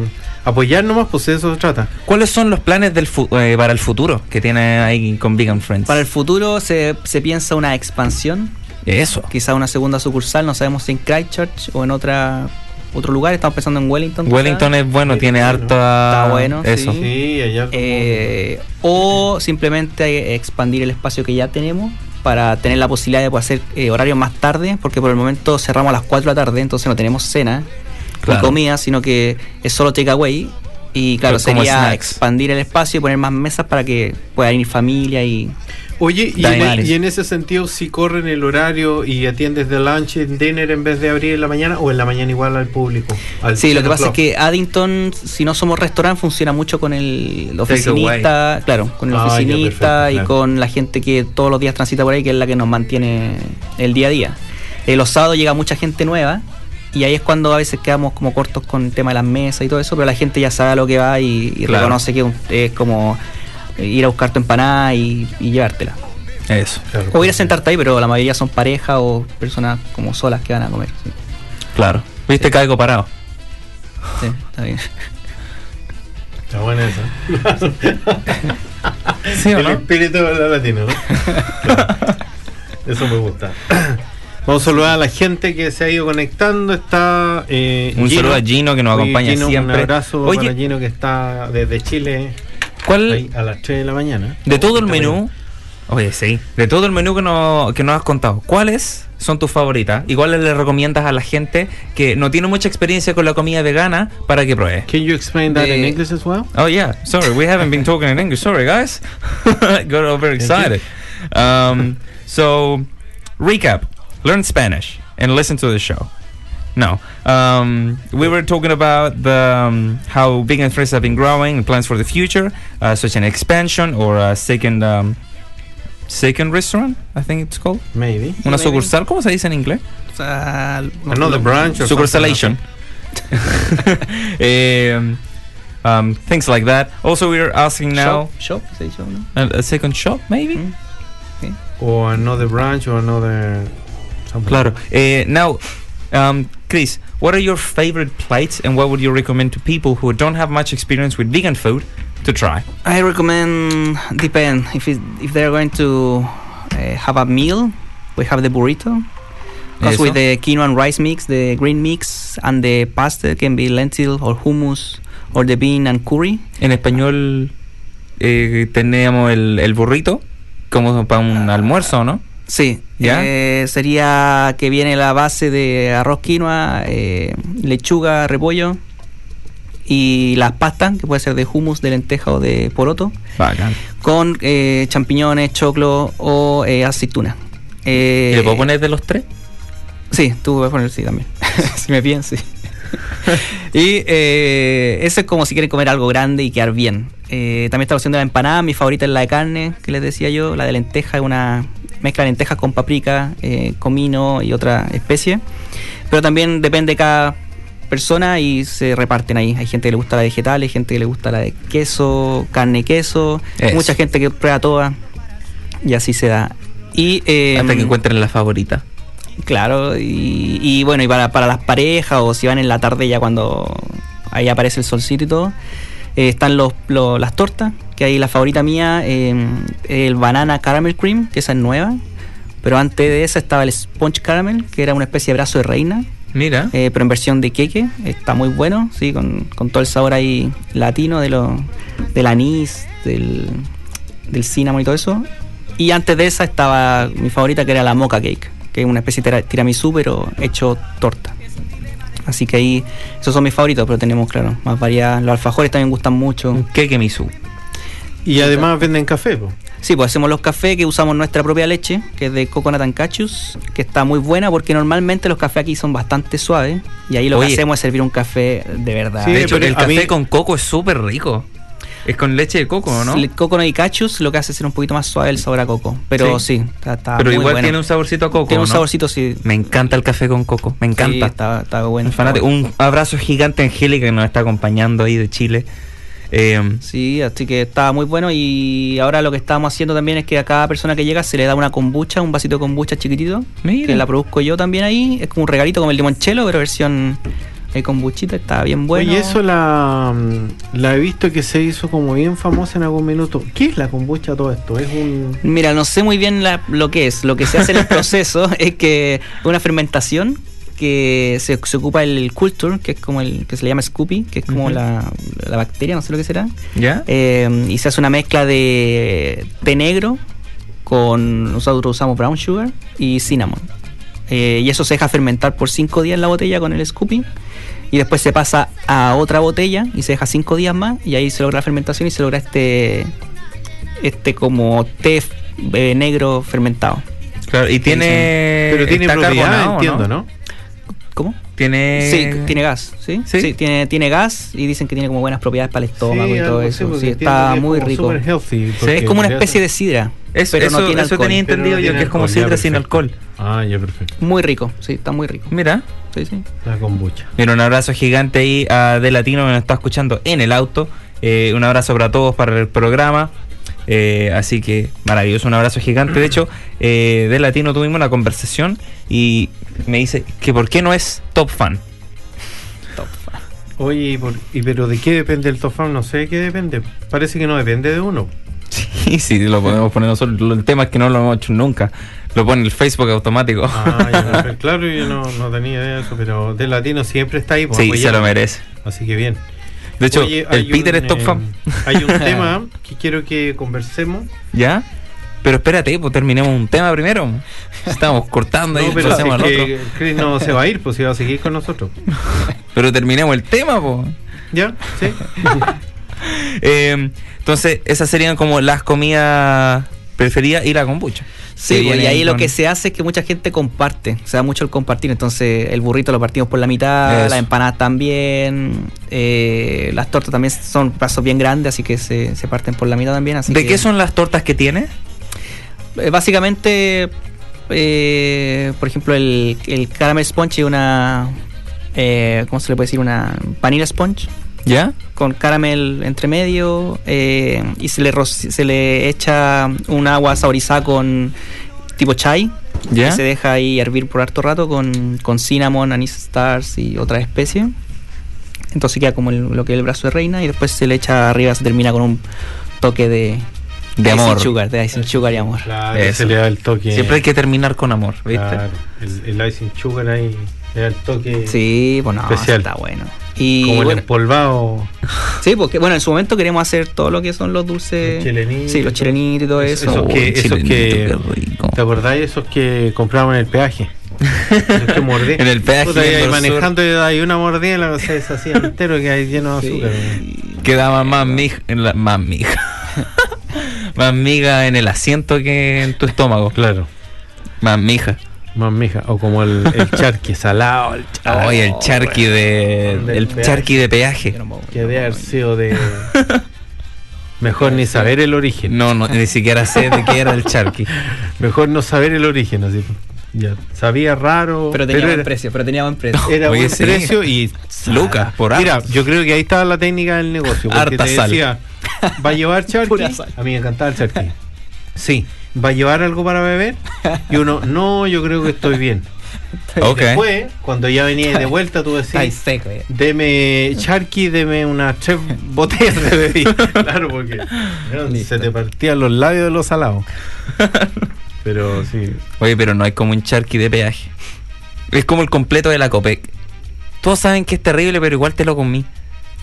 apoyar nomás, pues de eso se trata. ¿Cuáles son los planes del fu- eh, para el futuro que tiene ahí con Vegan Friends? Para el futuro se, se piensa una expansión, Eso. quizá una segunda sucursal, no sabemos si en Christchurch o en otra otro lugar, estamos pensando en Wellington. quizá. Wellington es bueno, Sí, tiene bueno. harta. Está bueno, Eso. sí. allá. Eh, o simplemente eh, expandir el espacio que ya tenemos para tener la posibilidad de poder hacer eh, horarios más tarde, porque por el momento cerramos a las 4 de la tarde, entonces no tenemos cena Claro. ni comida, sino que es solo takeaway. Y claro, Pero como sería snacks. expandir el espacio y poner más mesas para que pueda ir familia y Oye, y, Dale, en- e- dale. y en ese sentido, si corren el horario y atiendes de lunch y dinner en vez de abrir en la mañana o en la mañana igual al público. Al Sí, lo que cero pasa es club? que Addington, si no somos restaurante, funciona mucho con el away. oficinista, claro, con el Ah, ya, oficinista perfecto, y claro. con la gente que todos los días transita por ahí, que es la que nos mantiene el día a día. Eh, los sábados llega mucha gente nueva y ahí es cuando a veces quedamos como cortos con el tema de las mesas y todo eso, pero la gente ya sabe a lo que va y, y Claro. reconoce que un- es como ir a buscar tu empanada y, y llevártela. Eso. Claro. O ir a sentarte ahí, pero la mayoría son pareja o personas como solas que van a comer. sí. Claro. Viste, caigo parado. Sí, está bien. Está buena esa. ¿Sí o El no? espíritu de la latina, ¿no? Claro. Eso me gusta. Vamos a saludar a la gente que se ha ido conectando. Está eh, Un saludo a Gino, que nos Oye, acompaña Gino, siempre. Un abrazo Oye. para Gino que está desde Chile ¿Cuál ahí, a las 3 de la mañana. de todo el menú? Oye, sí. De todo el menú que, no- que nos has contado, ¿cuáles son tus favoritas? ¿Y cuáles le recomiendas a la gente que no tiene mucha experiencia con la comida vegana para que pruebe? Can you explain that in De- English as well? Oh yeah, sorry, we haven't been talking in English. Sorry, guys, got over excited. Um, so, recap: learn Spanish and listen to the show. No, um, we were talking about the um, how vegan threads have been growing, and plans for the future, uh, such an expansion or a second um, second restaurant. I think it's called Maybe. una Maybe. sucursal. ¿Cómo se dice en inglés? O sea, no- Another no- branch or Sucursalation. um, um, things like that. Also, we're asking now. Shop, shop, se dice, ¿no? A, a second shop, maybe? Mm. O another branch o another. something. Claro. Eh, now, um, Chris, what are your favorite plates and what would you recommend to people who don't have much experience with vegan food to try? I recommend depend if it, if they're going to uh, have a meal, we have the burrito. Because with Eso. the quinoa and rice mix, the green mix, and the pasta can be lentil or hummus or the bean and curry. En español eh, teníamos el, el burrito como para un almuerzo, ¿no? Sí, ¿Ya? eh, sería que viene la base de arroz quinoa, eh, lechuga, repollo y las pastas, que puede ser de hummus, de lenteja o de poroto. Bacán. con eh, champiñones, choclo o eh, aceituna. Eh, ¿Y ¿Le puedo poner de los tres? Sí, tú puedes poner sí también. si me piden, sí. y eh, eso es como si quieren comer algo grande y quedar bien. Eh, también está la opción de la empanada. Mi favorita es la de carne, que les decía yo. La de lenteja es una mezcla de lentejas con paprika, eh, comino y otra especie. Pero también depende de cada persona y se reparten ahí. Hay gente que le gusta la de vegetales, gente que le gusta la de queso, carne y queso. Eso. Mucha gente que prueba todas y así se da. Y, eh, Hasta que encuentren la favorita. Claro, y, y bueno, y para, para las parejas o si van en la tarde ya cuando ahí aparece el solcito y todo, eh, están los, lo- las tortas, que ahí la favorita mía, eh, el banana caramel cream, que esa es nueva, pero antes de esa estaba el sponge caramel, que era una especie de brazo de reina, Mira. eh, pero en versión de queque, está muy bueno, sí, con, con todo el sabor ahí latino de lo, del anís, del, del cinnamon y todo eso. Y antes de esa estaba mi favorita que era la mocha cake, que es una especie de tira- tiramisú pero hecho torta. Así que ahí, esos son mis favoritos, pero tenemos, claro, más variedad. Los alfajores también gustan mucho. Un queque misu. Y además venden café, po. Sí, pues hacemos los cafés que usamos nuestra propia leche, que es de coconut and cashews, que está muy buena porque normalmente los cafés aquí son bastante suaves y ahí lo Oye. que hacemos es servir un café de verdad. Sí, de hecho, pero el a café mí- con coco es súper rico. Es con leche de coco, ¿no? El coconut y cashews lo que hace es ser un poquito más suave el sabor a coco, pero Sí. sí, está, está Pero muy igual bueno. ah, tiene un saborcito a coco. Tiene un ¿no? saborcito, sí. Me encanta el café con coco, me Sí, encanta. está, está bueno. Un fanático. Un abrazo gigante a Angélica que nos está acompañando ahí de Chile. Eh, Sí, así que está muy bueno y ahora lo que estamos haciendo también es que a cada persona que llega se le da una kombucha, un vasito de kombucha chiquitito, Mira. que la produzco yo también ahí, es como un regalito como el limonchelo, pero versión eh, kombuchita, está bien bueno. Oye, eso la, mm, la he visto que se hizo como bien famosa en algún minuto. ¿Qué es la kombucha todo esto? Es un. Mira, no sé muy bien la- lo que es. Lo que se hace en el proceso es que una fermentación que se, se ocupa el culture, que es como el que se le llama Scoopy, que es como Ujú. la, la bacteria, no sé lo que será. ¿Ya? Eh, y se hace una mezcla de té negro con nosotros usamos brown sugar y cinnamon. Eh, y eso se deja fermentar por 5 días en la botella con el Scoopy. Y después se pasa a otra botella y se deja 5 días más. Y ahí se logra la fermentación y se logra este, este como té eh, negro fermentado. Claro, y Eh, tiene. Pero tiene está propiedad, carbonado, entiendo, ¿no? ¿Cómo? Eh, Tiene. Sí, tiene gas, ¿sí? ¿sí? tiene, tiene gas y dicen que tiene como buenas propiedades para el estómago y todo algo así, eso. porque Sí, entiendo está que es muy como rico. super healthy, porque Es como una le especie de hacen- sidra. Eso, pero eso, no tiene eso alcohol. tenía entendido Pero no yo tiene que es como alcohol, ya, sidra sin perfecto. alcohol. Ah, ya, perfecto. Muy rico, sí, está muy rico. Mira. Sí, sí. La kombucha. Mira, un abrazo gigante ahí a De Latino que nos está escuchando en el auto. Eh, un abrazo para todos, para el programa. Eh, así que maravilloso, un abrazo gigante. De hecho, eh, De Latino tuvimos una conversación y me dice que por qué no es top fan. Oye, ¿y por- ¿y pero de qué depende el top five? No sé de qué depende. Parece que no depende de uno. Sí, sí, lo podemos poner nosotros. Lo- El tema es que no lo hemos hecho nunca. Lo pone el Facebook automático. Ah, ya, pero claro, yo no, no tenía idea de eso, pero del latino siempre está ahí. pues, sí, se apoyando. lo merece. Así que bien. De hecho, Oye, el hay Peter un, es top eh, fan. Hay un tema que quiero que conversemos. ¿Ya? Pero espérate, pues terminemos un tema primero. Estamos cortando ahí, No, pero si pasemos es al que otro. Chris no se va a ir, pues si va a seguir con nosotros. Pero terminemos el tema, pues. ¿Ya? ¿Sí? Eh, entonces, esas serían como las comidas preferidas y la kombucha. Sí, pues, Que y vienen ahí lo con- que se hace es que mucha gente comparte, se da mucho el compartir, entonces el burrito lo partimos por la mitad, Eso. las empanadas también, eh, las tortas también son pasos bien grandes, así que se, se parten por la mitad también. Así ¿De que- qué son las tortas que tiene? Eh, Básicamente, eh, por ejemplo, el, el caramel sponge y una, eh, ¿cómo se le puede decir? Una panilla sponge ¿Ya? con caramel entre medio eh, y se le, ro- se le echa un agua saborizada con tipo chai ¿Ya? que se deja ahí hervir por harto rato con, con cinnamon, anise stars y otra especie. Entonces queda como el- lo que es el brazo de reina y después se le echa arriba, se termina con un toque de, De icing amor. sugar, de icing sugar y amor. Claro, Eso. se le da el toque. Siempre hay que terminar con amor, ¿viste? Claro, el, el icing sugar ahí le da el toque. Sí, bueno, Especial. está bueno. Y Como el bueno, empolvado. sí, porque bueno, en su momento queremos hacer todo lo que son los dulces. Los chilenitos. Sí, los chilenitos y todo eso. Esos Uy, que, esos chilenito, que, qué rico. ¿Te acordáis esos que compraban en el peaje? Los que mordí. En el peaje Puta, y en ahí Dorsur. manejando y hay una mordida y la cosa es así entero que hay lleno de Sí. azúcar. Quedaba más mija, en la- más mija. más miga en el asiento que en tu estómago. Claro. Más mija. Más mija. O como el, el charqui salado. El charqui, Ay, el charqui de Del el peaje. charqui de peaje. que debe haber sido de. Mejor ni saber el origen. No, no, ni siquiera sé de qué era el charqui. Mejor no saber el origen. Así. Ya. Sabía raro. Pero tenía buen era- precio, pero tenía buen precio. Era Oye, buen sí. precio y Lucas, por Mira, hartas. yo creo que ahí estaba la técnica del negocio. Porque Harta te sal. decía, ¿va a llevar charqui? Pura sal. A mí me encantaba el charqui. Sí. ¿Va a llevar algo para beber? Y uno, no, yo creo que estoy bien. Ok. Después, cuando ya venía de vuelta, tú Ay, decís, seco, eh. deme charqui, deme unas tres botellas de bebida. Claro, porque ¿no? se te partían los labios de los salados. Pero sí. Oye, pero no hay como un charqui de peaje. Es como el completo de la Copec. Todos saben que es terrible, pero igual te lo comí.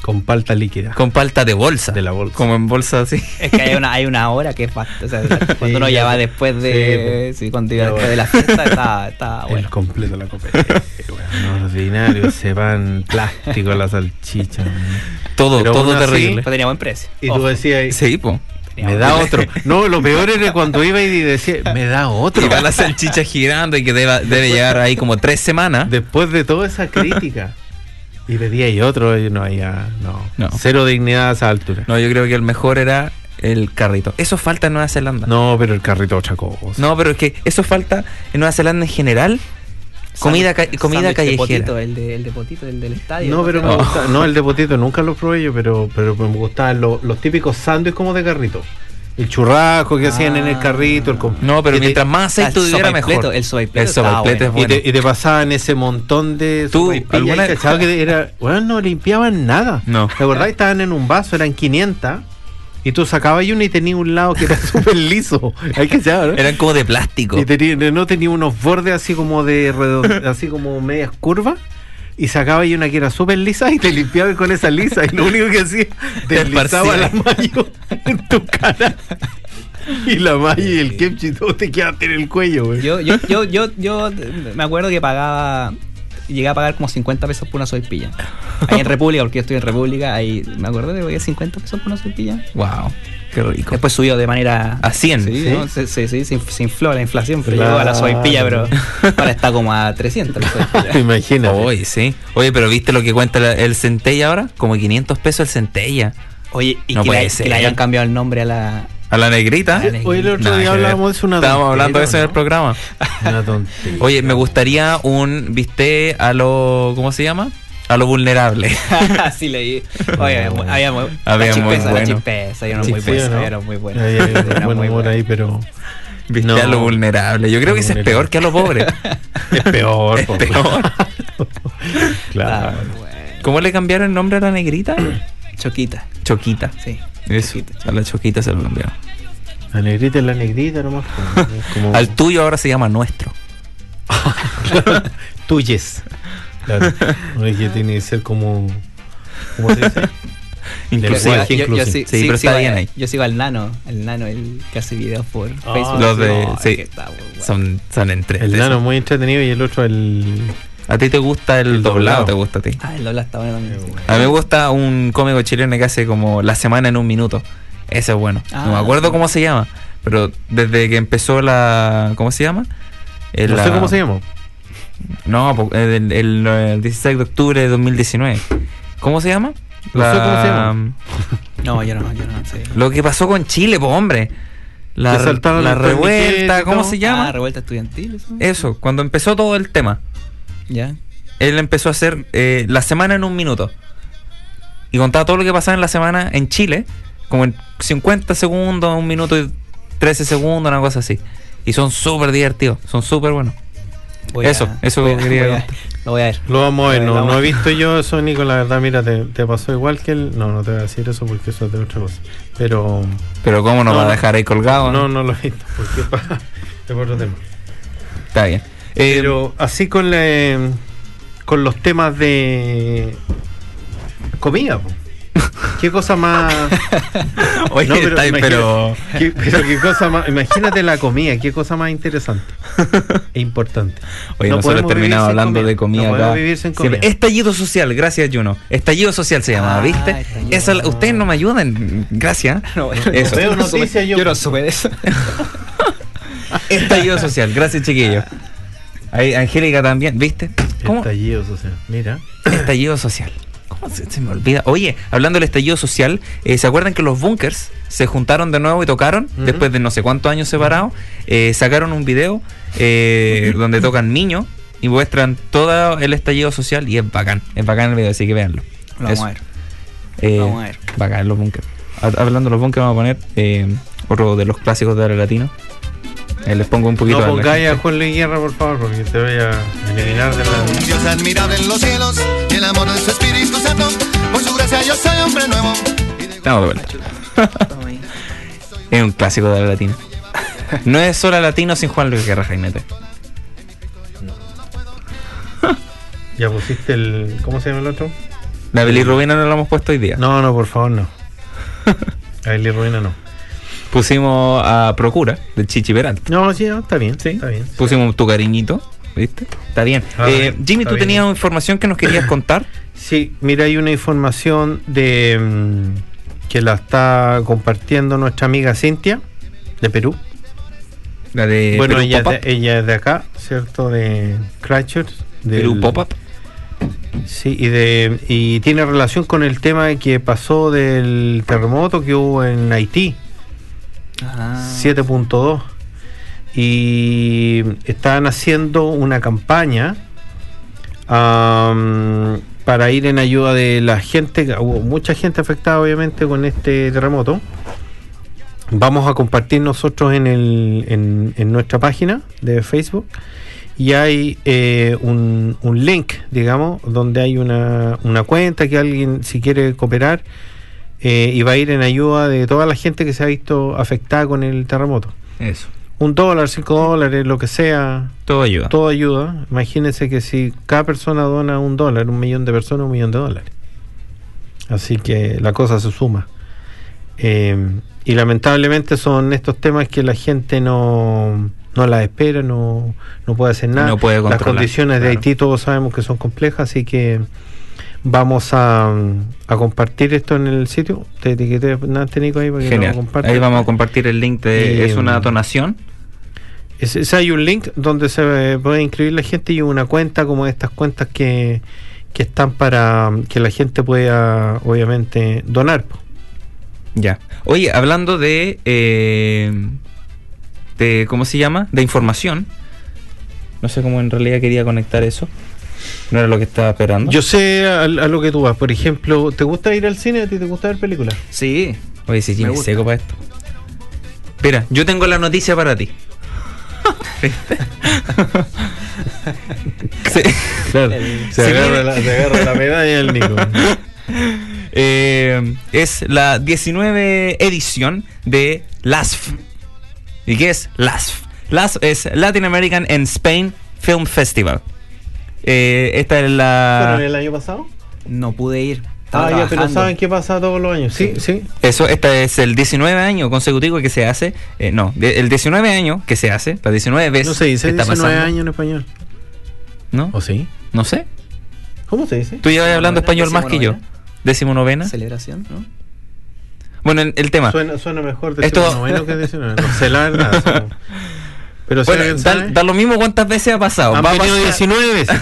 Con palta líquida. Con palta de bolsa. De la bolsa. Como en bolsa así. Es que hay una, hay una hora que es fast- o sea, cuando ya. uno pues. ya va después de. Sí, cuando iba Ya después voy. de la fiesta está, está El bueno. completo la copa. Ah, bueno, ordinario, ese pan plástico, la salchicha. Todo, Pero todo aún así- terrible. Pero tenía buen precio. Y tú Ojo, decías, Sí, po. tenía me buen da precio. otro. No, lo peor era cuando iba y decía, me da otro. Y va la salchicha girando y que deba- debe llegar ahí como tres semanas. Después de toda esa crítica. Y pedía y otro, y no había. No. No. Cero dignidad a esa altura. No, yo creo que el mejor era el carrito. Eso falta en Nueva Zelanda. No, pero el carrito otra cosa. No, pero es que eso falta en Nueva Zelanda en general. Comida, ca- Sándwich comida de potito, eh. callejera. el, de, el de potito, el del estadio. No, pero me No. gusta- no, el de potito nunca lo probé yo, pero, pero me gustaban lo- los típicos sándwiches como de carrito. El churrasco que hacían en el carrito, el com- Ah. No, pero que te- mientras más aceite Ah, el tuviera, sopaipleto, mejor. el sopaipleto El estaba sopaipleto es bueno. Y bueno. te, y te pasaban ese montón de Tú, sopaipillas alguna ahí, vez- cachado que era, bueno, no limpiaban nada. No. ¿Te acordás? Estaban en un vaso, eran 500. Y tú sacabas uno y tenías un lado que era súper liso. Hay que saber, ¿no? Eran como de plástico. Y tenía- no tenía unos bordes así como de redondo, así como medias curvas. Y sacaba ahí una que era súper lisa y te limpiaba con esa lisa. Y lo único que hacía, deslizaba la esparcía. mayo en tu cara. Y la mayo y el kepchi todo te quedaste en el cuello, güey. Yo, yo, yo, yo, yo me acuerdo que pagaba. Llegué a pagar como 50 pesos por una soypilla. Ahí en República, porque yo estoy en República, ahí me acuerdo que pagué 50 pesos por una soypilla. Wow, qué rico. Después subió de manera. A 100. Sí, ¿sí? ¿no? Se, se- sí, se, inf- se infló la inflación, pero Claro. llegó a la soypilla, pero ahora está como a 300 la soypilla. Imagínate. Oye, sí. Oye, pero ¿viste lo que cuenta la- el centella ahora? Como 500 pesos el centella. Oye, y No que, puede la- ser. que le hayan cambiado el nombre a la. ¿A la negrita? A la negrita. Hoy el otro Nada día que ver. hablábamos de una Estábamos hablando de eso en el tontera, programa. ¿no? Una tontería. Oye, me gustaría un viste a lo. ¿Cómo se llama? A lo vulnerable. Así leí. Oye, No. había muy. Había la muy chispeza, bueno. La chispeza, eran muy Chispeza, buenos. ¿no? Eran muy buenos. Ahí hay eran muy buen humor buenos. ahí, pero Viste No. a lo vulnerable. Yo creo que ese es peor que a lo pobre. es peor. es po. peor. Ah, Estaba Claro. muy bueno. ¿Cómo le cambiaron el nombre a la negrita? Choquita, Choquita. sí. Eso, a la Choquita se lo cambiaron. La negrita es la negrita nomás. pues, es como- Al tuyo ahora se llama nuestro. tuyes. Claro. No es que tiene que ser como. ¿Cómo se dice? Inclusive. lenguaje inclusivo. sí- Sí, sí- pero sí, está va- bien ahí. Yo sigo al nano, el nano, el que hace videos por Ah, Facebook. los de- No, es sí. que está muy bueno. Son, son entre. El nano muy entretenido y el otro el. ¿A ti te gusta el, El doblado? doblado. ¿Te gusta a ti? Ah, el Lola está bueno también. sí. A mí me gusta un cómico chileno que hace como La semana en un minuto. Ese es bueno. no me Ah. acuerdo cómo se llama, pero desde que empezó la. ¿Cómo se llama? El- No la- sé cómo se llama. No, po- el, el- el 16 de octubre de 2019. ¿Cómo se llama? No sé cómo se llama. No, yo no, yo no. Sí. Lo que pasó con Chile, po, hombre. La, Que saltaron la los revuelta, torniquetes, ¿cómo ¿no? se llama? Eh. Ah, revuelta estudiantil. Eso. Eso, cuando empezó todo el tema. Ya. él empezó a hacer eh, la semana en un minuto. Y contaba todo lo que pasaba en la semana en Chile, como en 50 segundos, un minuto y 13 segundos, una cosa así. Y son súper divertidos, son súper buenos. Voy a- Eso, eso voy a- quería voy a- Lo voy a ver. Lo vamos a ver, Eh, no, la- no he visto yo eso, Nico, la verdad, mira, te, te pasó igual que el... No, no te voy a decir eso porque eso es de otra cosa. Pero... Pero ¿cómo nos No, va a no. dejar ahí colgado? No, no lo he visto, porque pa- es por otro tema. Está bien. Eh, Pero así con, la- con los temas de comida, po. ¿Qué cosa más...? oye, No, está bien, imagina- pero... qué- pero qué cosa más... Imagínate la comida, qué cosa más interesante e importante. Oye, No nosotros podemos vivir terminamos sin hablando de comida acá. No este, podemos vivir sin Siempre- comida. Estallido social, gracias Juno. Estallido social se llamaba, Ah, ¿viste? estallido. Esa la- ustedes no me ayudan, gracias. No, Eso. veo yo no noticias, supe- yo- Yo no supe de eso. Estallido social, gracias chiquillo. Ahí, Angélica también, ¿viste? ¿Cómo? Estallidos, o sea, mira... Estallido social. ¿Cómo se, se me olvida? Oye, hablando del estallido social, eh, ¿se acuerdan que los bunkers se juntaron de nuevo y tocaron? Ujú. Después de no sé cuántos años separados, eh, sacaron un video eh, donde tocan niños y muestran todo el estallido social y es bacán. Es bacán el video, así que véanlo. Lo vamos Eso. a ver. Eh, Vamos a ver. Bacán los bunkers. Ha- Hablando de los bunkers, vamos a poner eh, otro de los clásicos de la latino. Eh, les pongo un poquito No a la pongáis a gente. Juan Luis Guerra, por favor, porque te voy a eliminar de la. Dios es admirable en los cielos y el amor de su Espíritu Santo. Por su gracia yo soy hombre nuevo. Estamos de vuelta. Es un clásico de la latina. No es solo latino sin Juan Luis Guerra Jaimete. Ya pusiste el. ¿Cómo se llama el otro? La bilirrubina no la hemos puesto hoy día. No, no, por favor, no. A Eli Ruina no. Pusimos a Procura, de Chichi Peralta. No, sí, Pues, no, está bien. Sí. Está bien. Pusimos tu cariñito, ¿viste? Está bien. Ah, Eh, está Jimmy, tú bien. tenías información que nos querías contar. Sí, mira, hay una información de. mm, que la está compartiendo nuestra amiga Cintia, de Perú. La de bueno, Eh, Perú ella es, Pop-Up. de, ella es de acá, ¿cierto? De Crashers. de Perú Pop-Up. Sí, y, de, y tiene relación con el tema que pasó del terremoto que hubo en Haití, Ah, 7.2. Y están haciendo una campaña am, para ir en ayuda de la gente, que hubo mucha gente afectada obviamente con este terremoto. Vamos a compartir nosotros en, el, en, en nuestra página de Facebook y hay eh, un, un link, digamos, donde hay una, una cuenta que alguien, si quiere cooperar, eh, y va a ir en ayuda de toda la gente que se ha visto afectada con el terremoto. Eso. Un dólar, cinco dólares, lo que sea, Todo ayuda. todo ayuda. Imagínense que si cada persona dona un dólar, un millón de personas, un millón de dólares. Así que la cosa se suma. Eh, y lamentablemente son estos temas que la gente no, no las espera, no, no puede hacer nada. No puede las controlar, condiciones de claro. Haití todos sabemos que son complejas, así que vamos a, a compartir esto en el sitio. Te etiqueté Nate, Nico, ahí para que lo Genial. compartas. Ahí vamos a compartir Eh, el link de... Y, es una um, donación. Es- es- hay un link donde se eh, puede inscribir la gente y una cuenta como estas cuentas que, que están para mm, que la gente pueda obviamente donar. po. Ya. Oye, hablando de, eh, de. ¿Cómo se llama? De información. No sé cómo en realidad quería conectar eso. No era lo que estaba esperando. Yo sé a, a lo que tú vas, por ejemplo, ¿te gusta ir al cine? ¿A ti te gusta ver películas? sí. Oye, si Jimmy gusta. seco para esto. Mira, yo tengo la noticia para ti. ¿Viste? Sí. Claro, se, Sí. agarra la, se agarra la medalla del Nico. Eh, es la 19 edición de LASF. ¿Y qué es LASF? LASF es Latin American and Spain Film Festival. Eh, esta es ¿Fueron la. el año pasado? No pude ir. Ah, Estaba ya, pero trabajando. ¿saben qué pasa todos los años? Sí, sí. Eso, esta es el 19 año consecutivo que se hace. eh, no, de- el 19 año que se hace, la 19 vez. No se dice que está 19 pasando. años en español. ¿No? ¿O sí? no sé. ¿Cómo se dice? Tú llevas hablando Decimonovena, español más que yo. Décimo novena. Celebración, ¿no? Bueno, el, el tema. Suena, suena mejor Esto- 19 que 19. No sé la verdad. o sea. Pero Bueno, ¿saben- da, saben? da lo mismo cuántas veces ha pasado. Han Va a venido pasar- 19 veces.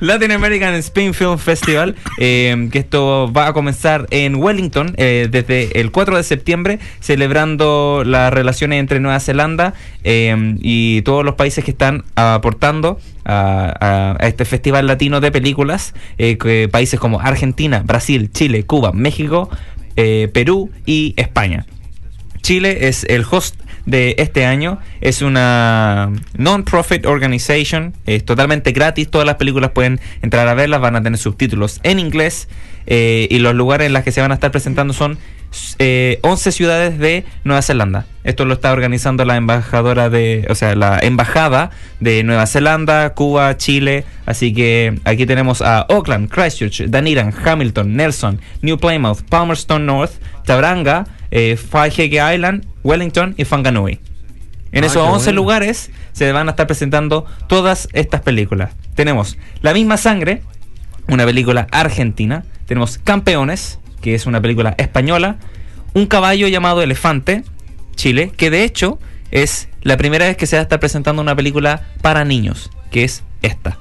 Latin American Spain Film Festival, eh, que esto va a comenzar en Wellington eh, desde el 4 de septiembre, celebrando las relaciones entre Nueva Zelanda eh, y todos los países que están aportando a, a- a este festival latino de películas, eh, que- países como Argentina, Brasil, Chile, Cuba, México, eh, Perú y España. Chile es el host de este año. Es una non-profit organization. Es totalmente gratis. Todas las películas pueden entrar a verlas. Van a tener subtítulos en inglés. eh, y los lugares en los que se van a estar presentando son eh, 11 ciudades de Nueva Zelanda. Esto lo está organizando la embajadora de, o sea, la embajada de Nueva Zelanda, Cuba, Chile. Así que aquí tenemos a Auckland, Christchurch, Daniran, Hamilton, Nelson, New Plymouth, Palmerston North, Tabranga, eh, Faheke Island, Wellington y Whanganui. En Ah, esos qué 11 bueno. lugares se van a estar presentando todas estas películas. Tenemos La misma sangre, una película argentina. Tenemos Campeones, que es una película española. Un caballo llamado Elefante, Chile, que de hecho es la primera vez que se va a estar presentando una película para niños, que es esta.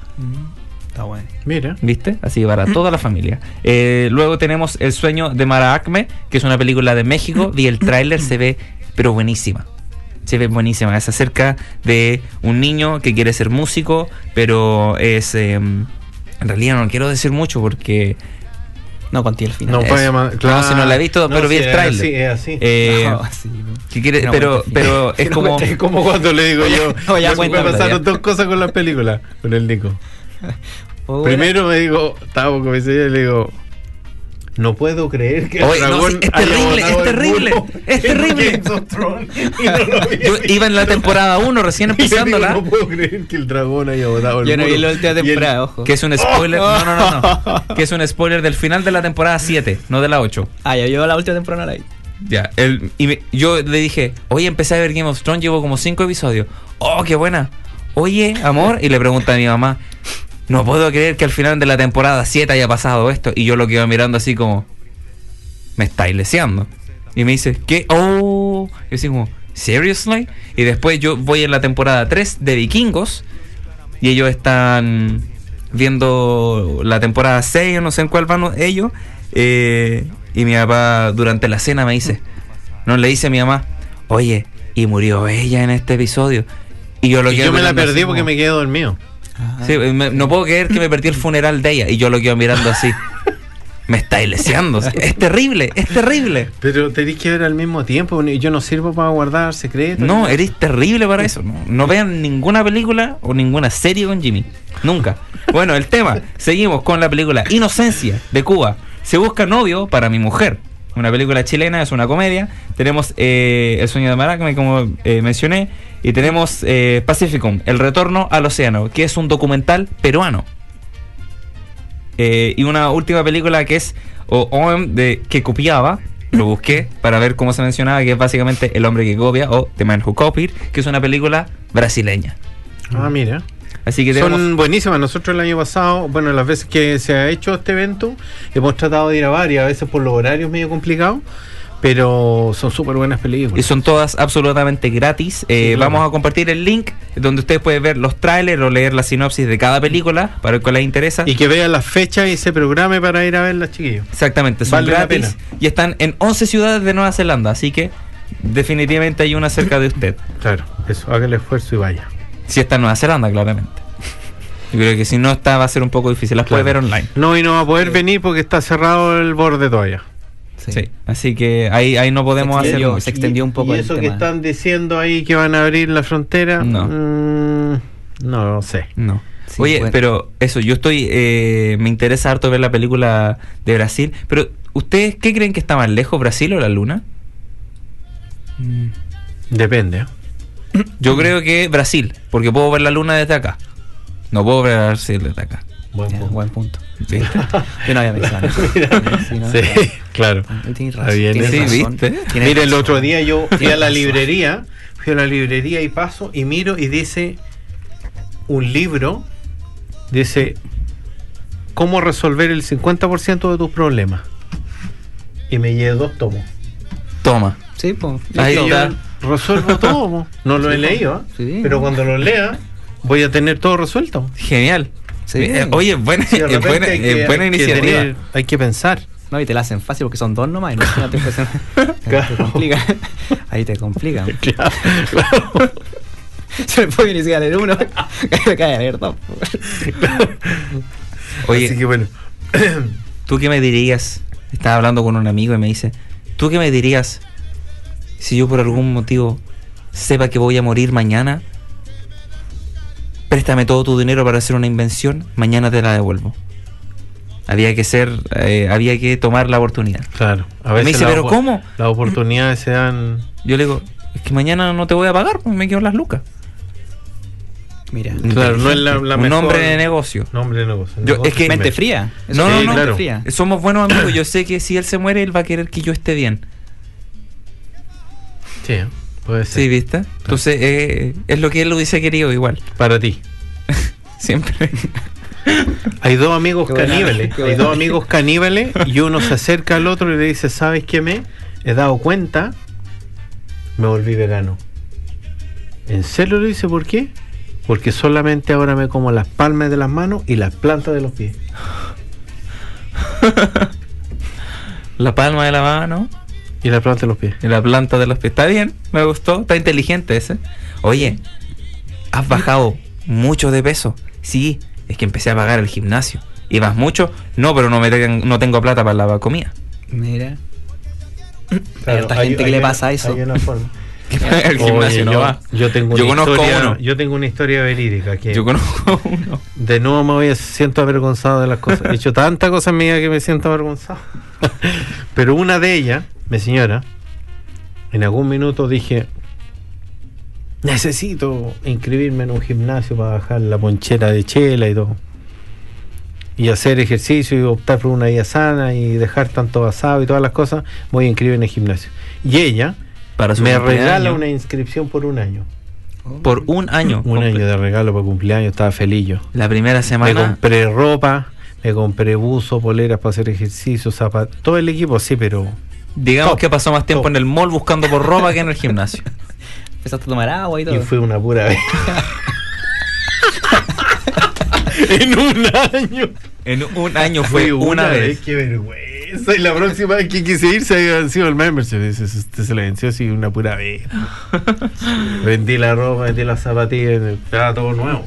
Está bueno. Mira. ¿Viste? Así que para toda la familia. Eh, luego tenemos El sueño de Mara Acme, que es una película de México, y el tráiler se ve, pero buenísima. Se ve buenísima. Es acerca de un niño que quiere ser músico, pero es... eh, en realidad no quiero decir mucho porque... No conté el final. No Eso. puede ma- No, si no la he visto, pero vi el era tráiler. así, es así. eh, No, sí, no. que quiere- No, pero cuenta el final. pero es como... Es como cuando le digo yo. No, ya me- me cuéntalo, pasaron ya. dos cosas con las películas, con el Nico. Oh, Primero me digo, estaba con mi señora y le digo, no puedo creer que Oye, no, sí, es haya terrible, botado es el terrible, muro es en terrible. Games of Thrones y no lo había Yo visto. iba en la temporada 1 recién Y le digo, empezándola. No puedo creer que el dragón haya botado el Yo no vi muro". la última Y el- temporada, ojo. Que es "Oh". un spoiler. No, no, no, no. Que es un spoiler del final de la temporada 7, no de la 8. Ah, ya yo la última temporada no la vi. Ya, el, y me- yo le dije, oye, empecé a ver Game of Thrones, llevo como cinco episodios. Oh, qué buena. Oye, amor, y le pregunta a mi mamá, no puedo creer que al final de la temporada 7 haya pasado esto. Y yo lo quedo mirando así como, me está leseando. Y me dice, ¿qué? Oh, yo así como, ¿seriously? Y después yo voy en la temporada 3 de Vikingos y ellos están viendo la temporada 6, no sé en cuál van ellos. eh, y mi papá durante la cena me dice, no le dice a mi mamá, oye, y murió ella en este episodio. Y yo lo Y quedo yo me la mirando perdí así porque como- me quedé dormido. Sí, me- no puedo creer que me perdí el funeral de ella. Y yo lo quedo mirando así. Me está leseando. Es terrible, es terrible. Pero tenés que ver al mismo tiempo. y Yo no sirvo para guardar secretos. No, eres terrible para eso. No, no vean ninguna película o ninguna serie con Jimmy. Nunca. Bueno, el tema. Seguimos con la película Inocencia de Cuba. Se busca novio para mi mujer. Una película chilena, es una comedia. Tenemos eh, El sueño de Maracme, como eh, mencioné. Y tenemos eh, Pacificum, El retorno al océano, que es un documental peruano. Eh, y una última película que es o- OM de que copiaba. Lo busqué para ver cómo se mencionaba, que es básicamente El hombre que copia o The Man Who Copied, que es una película brasileña. Ah, mira. Así que tenemos. Son buenísimas. Nosotros el año pasado, bueno, las veces que se ha hecho este evento, hemos tratado de ir a varias, a veces por los horarios medio complicados, pero son súper buenas películas. Y son todas absolutamente gratis. Eh, Sí, claro. Vamos a compartir el link donde ustedes pueden ver los trailers o leer la sinopsis de cada película para el que les interesa. Y que vean las fechas y se programe para ir a verlas, chiquillos. Exactamente, son Vale la gratis. Y están en 11 ciudades de Nueva Zelanda. Así que definitivamente hay una cerca de usted. Claro, eso, haga el esfuerzo y vaya. Si está en Nueva Zelanda, claramente. Yo creo que si no está, va a ser un poco difícil. Las puede ver Claro. online. No, y no va a poder venir porque está cerrado el borde todavía. Sí. Sí. Así que ahí, ahí no podemos Se hacer extendió, mucho. se extendió un poco Y el eso que tema. están diciendo ahí que van a abrir la frontera. No. mm, No sé. No. Sí, Oye, bueno. pero eso, yo estoy. eh, me interesa harto ver la película de Brasil. Pero, ¿ustedes qué creen que está más lejos, Brasil o la Luna? Depende. ¿eh? Yo creo que Brasil, porque puedo ver la Luna desde acá. No puedo ver Brasil desde acá. Buen Ya, punto. buen punto. ¿Viste? Yo no había pensado en eso. Sí, ¿no? Sí, claro. Tienes Está razón. bien, tienes sí, razón. ¿viste? Tienes Mira, el razón. otro día yo fui Tienes a la razón. librería, fui a la librería y paso y miro y dice un libro, dice cómo resolver el 50% de tus problemas. Y me llevé dos tomos. Toma. Sí, pues. Ahí Y yo está. Resuelvo todo, mo. no lo he Sí, leído, ¿ah? sí. pero cuando lo lea voy a tener todo resuelto. Genial. Sí. Eh, Oye, buena, Sí, de es buena, repente hay es que- buena hay que iniciativa. tener- hay que pensar. No, y te la hacen fácil porque son dos nomás. Imagínate, pues, te Claro. complica. Ahí te complican. Claro, claro. Se me puede iniciar el uno. Cae a ver, dos. Oye, Así que bueno. ¿tú qué me dirías? Estaba hablando con un amigo y me dice, ¿tú qué me dirías si yo por algún motivo sepa que voy a morir mañana? Préstame todo tu dinero para hacer una invención, mañana te la devuelvo. Había que ser, eh, había que tomar la oportunidad. Claro. A Me veces dice, la "¿Pero opor- cómo?" Las oportunidades se dan. Yo le digo, es que mañana no te voy a pagar, pues, me quedo las lucas. Mira. Claro, no es la- la un mejor- hombre de negocio. Nombre de negocio. Yo- negocio es que- Mente primero. fría. No, Eso es no, mente no. claro. fría. Somos buenos amigos. Yo sé que si él se muere, él va a querer que yo esté bien. Sí, ¿eh? puede ser. Sí, ¿viste? Entonces, eh, es lo que él hubiese querido igual. Para ti. Siempre. Hay dos amigos Qué buena- caníbales. qué Hay buena. dos amigos caníbales y uno se acerca al otro y le dice, ¿sabes qué me? He dado cuenta, me volví vegano. ¿En serio lo dice por qué? Porque solamente ahora me como las palmas de las manos y las plantas de los pies. La palma de la mano Y las plantas de los pies. y la planta de los pies. Está bien, me gustó. Está inteligente ese. Oye, has bajado mucho de peso. Sí, es que empecé a pagar el gimnasio. ¿Y vas mucho? No, pero no, me tengan- no tengo plata para la comida. Mira. Hay harta gente que le pasa eso. Hay una forma. el gimnasio Oye, no yo, va. yo tengo Yo una conozco historia, uno. Yo tengo una historia verídica que Yo conozco uno. de nuevo me voy a- siento avergonzado de las cosas. He hecho tanta cosa en mi vida que me siento avergonzado. Pero una de ellas, mi señora, en algún minuto dije, necesito inscribirme en un gimnasio para bajar la ponchera de chela y todo. Y hacer ejercicio y optar por una vida sana y dejar tanto asado y todas las cosas, voy a inscribirme en el gimnasio. Y ella Para su me cumpleaños, regala una inscripción por un año. Por un año. Un Comple- año de regalo para cumpleaños, estaba feliz yo. La primera Me semana. compré ropa, me compré buzo, poleras para hacer ejercicio, zapatos. Todo el equipo, sí, pero. Digamos Top, que pasó más tiempo top. en el mall buscando por ropa que en el gimnasio. Empezaste a tomar agua y todo. Y fue una pura vez. en un año. En un año fue una vez. Qué vergüenza. Y la próxima vez que quise ir se había sido el membership. Dice, Usted se la venció así una pura vez. vendí la ropa, vendí las zapatillas, estaba todo nuevo.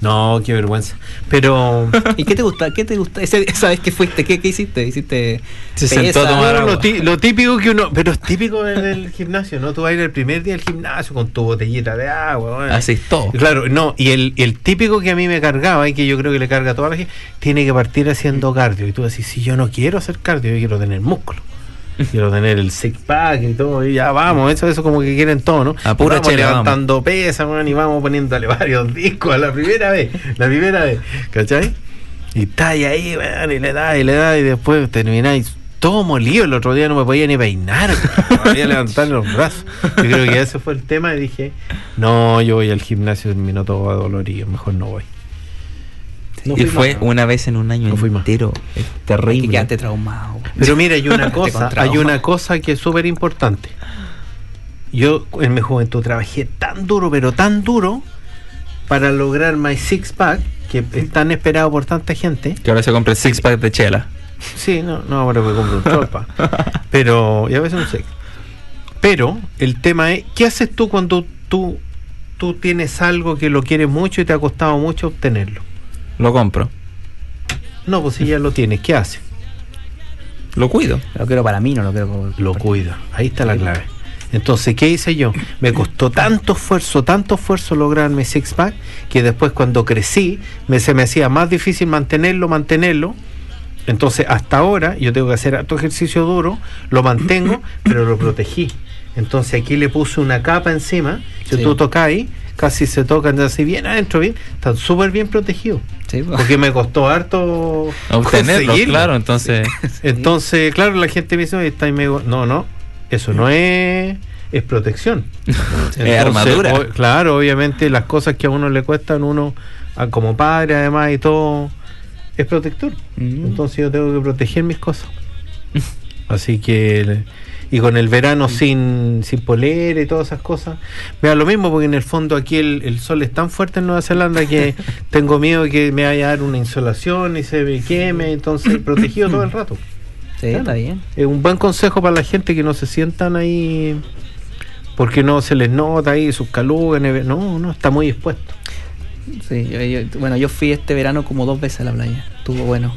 No, qué vergüenza. Pero. ¿Y qué te gusta? ¿Qué te gusta? Ese- Esa vez que fuiste, ¿qué, qué hiciste? ¿Hiciste Se sentó a pesa? tomar No, agua. lo, ti- lo típico que uno, pero es típico en el gimnasio, ¿no? Tú vas a ir el primer día al gimnasio con tu botellita de agua. bueno. Así es todo. Claro, no, y el, el típico que a mí me cargaba y que yo creo que le carga a toda la gente, tiene que partir haciendo cardio. Y tú decís, si yo no quiero hacer cardio, yo quiero tener músculo. Quiero tener el six pack y todo, y ya vamos, eso, eso como que quieren todo, ¿no? A Ah, pura vamos chela, levantando pesas, weón, y vamos poniéndole varios discos a la primera vez, la primera vez, ¿cachai? Y está ahí, ahí, weón, y le da, y le da, y después termináis todo molido. El otro día no me podía ni peinar, weón, no podía levantar los brazos. Yo creo que ese fue el tema y dije, no, yo voy al gimnasio, terminó todo adolorido, mejor no voy. No y fui fue más. una vez en un año No fui más. entero. Es Terrible. terrible. quedaste traumado. Pero mira, hay una Te cosa, contrajo. hay una cosa que es súper importante. Yo en mi juventud trabajé tan duro, pero tan duro, para lograr my six pack, que es tan esperado por tanta gente. Que ahora se compra el six pack de chela. Sí, no, no, ahora me compro un tropa. Pero, y a veces un six. Pero, el tema es, ¿qué haces tú cuando tú, tú tienes algo que lo quieres mucho y te ha costado mucho obtenerlo? Lo compro. No, pues si ya lo tienes, ¿qué haces? Lo cuido. Lo quiero para mí, no lo quiero como- Lo cuida. Ahí está la clave. Entonces, ¿qué hice yo? Me costó tanto esfuerzo, tanto esfuerzo lograr mi six pack, que después cuando crecí, me, se me hacía más difícil mantenerlo, mantenerlo. Entonces, hasta ahora yo tengo que hacer harto ejercicio duro, lo mantengo, pero lo protegí. Entonces, aquí le puse una capa encima. Si Sí. tú tocas ahí, casi se tocan de así bien adentro, bien, están súper bien protegidos. Sí, pues. po. Porque me costó harto Obtenerlo, conseguirlo. claro, entonces. Entonces, claro, la gente me dice, "Oye, está ahí medio-". No, no, eso no es, es protección. Entonces, armadura. o- claro, obviamente las cosas que a uno le cuestan, uno a- como padre además y todo, es protector. Mm. Entonces yo tengo que proteger mis cosas. Así que, el- y con el verano sin, sin polera y todas esas cosas, me da lo mismo porque en el fondo aquí el, el sol es tan fuerte en Nueva Zelanda que tengo miedo que me vaya a dar una insolación y se me queme, entonces protegido todo el rato. Sí, está bien. Es un buen consejo para la gente que no se sientan ahí porque no se les nota ahí sus calugas, neve- no, no, está muy expuesto. Sí, yo- yo- bueno, yo fui este verano como dos veces a la playa. Estuvo bueno.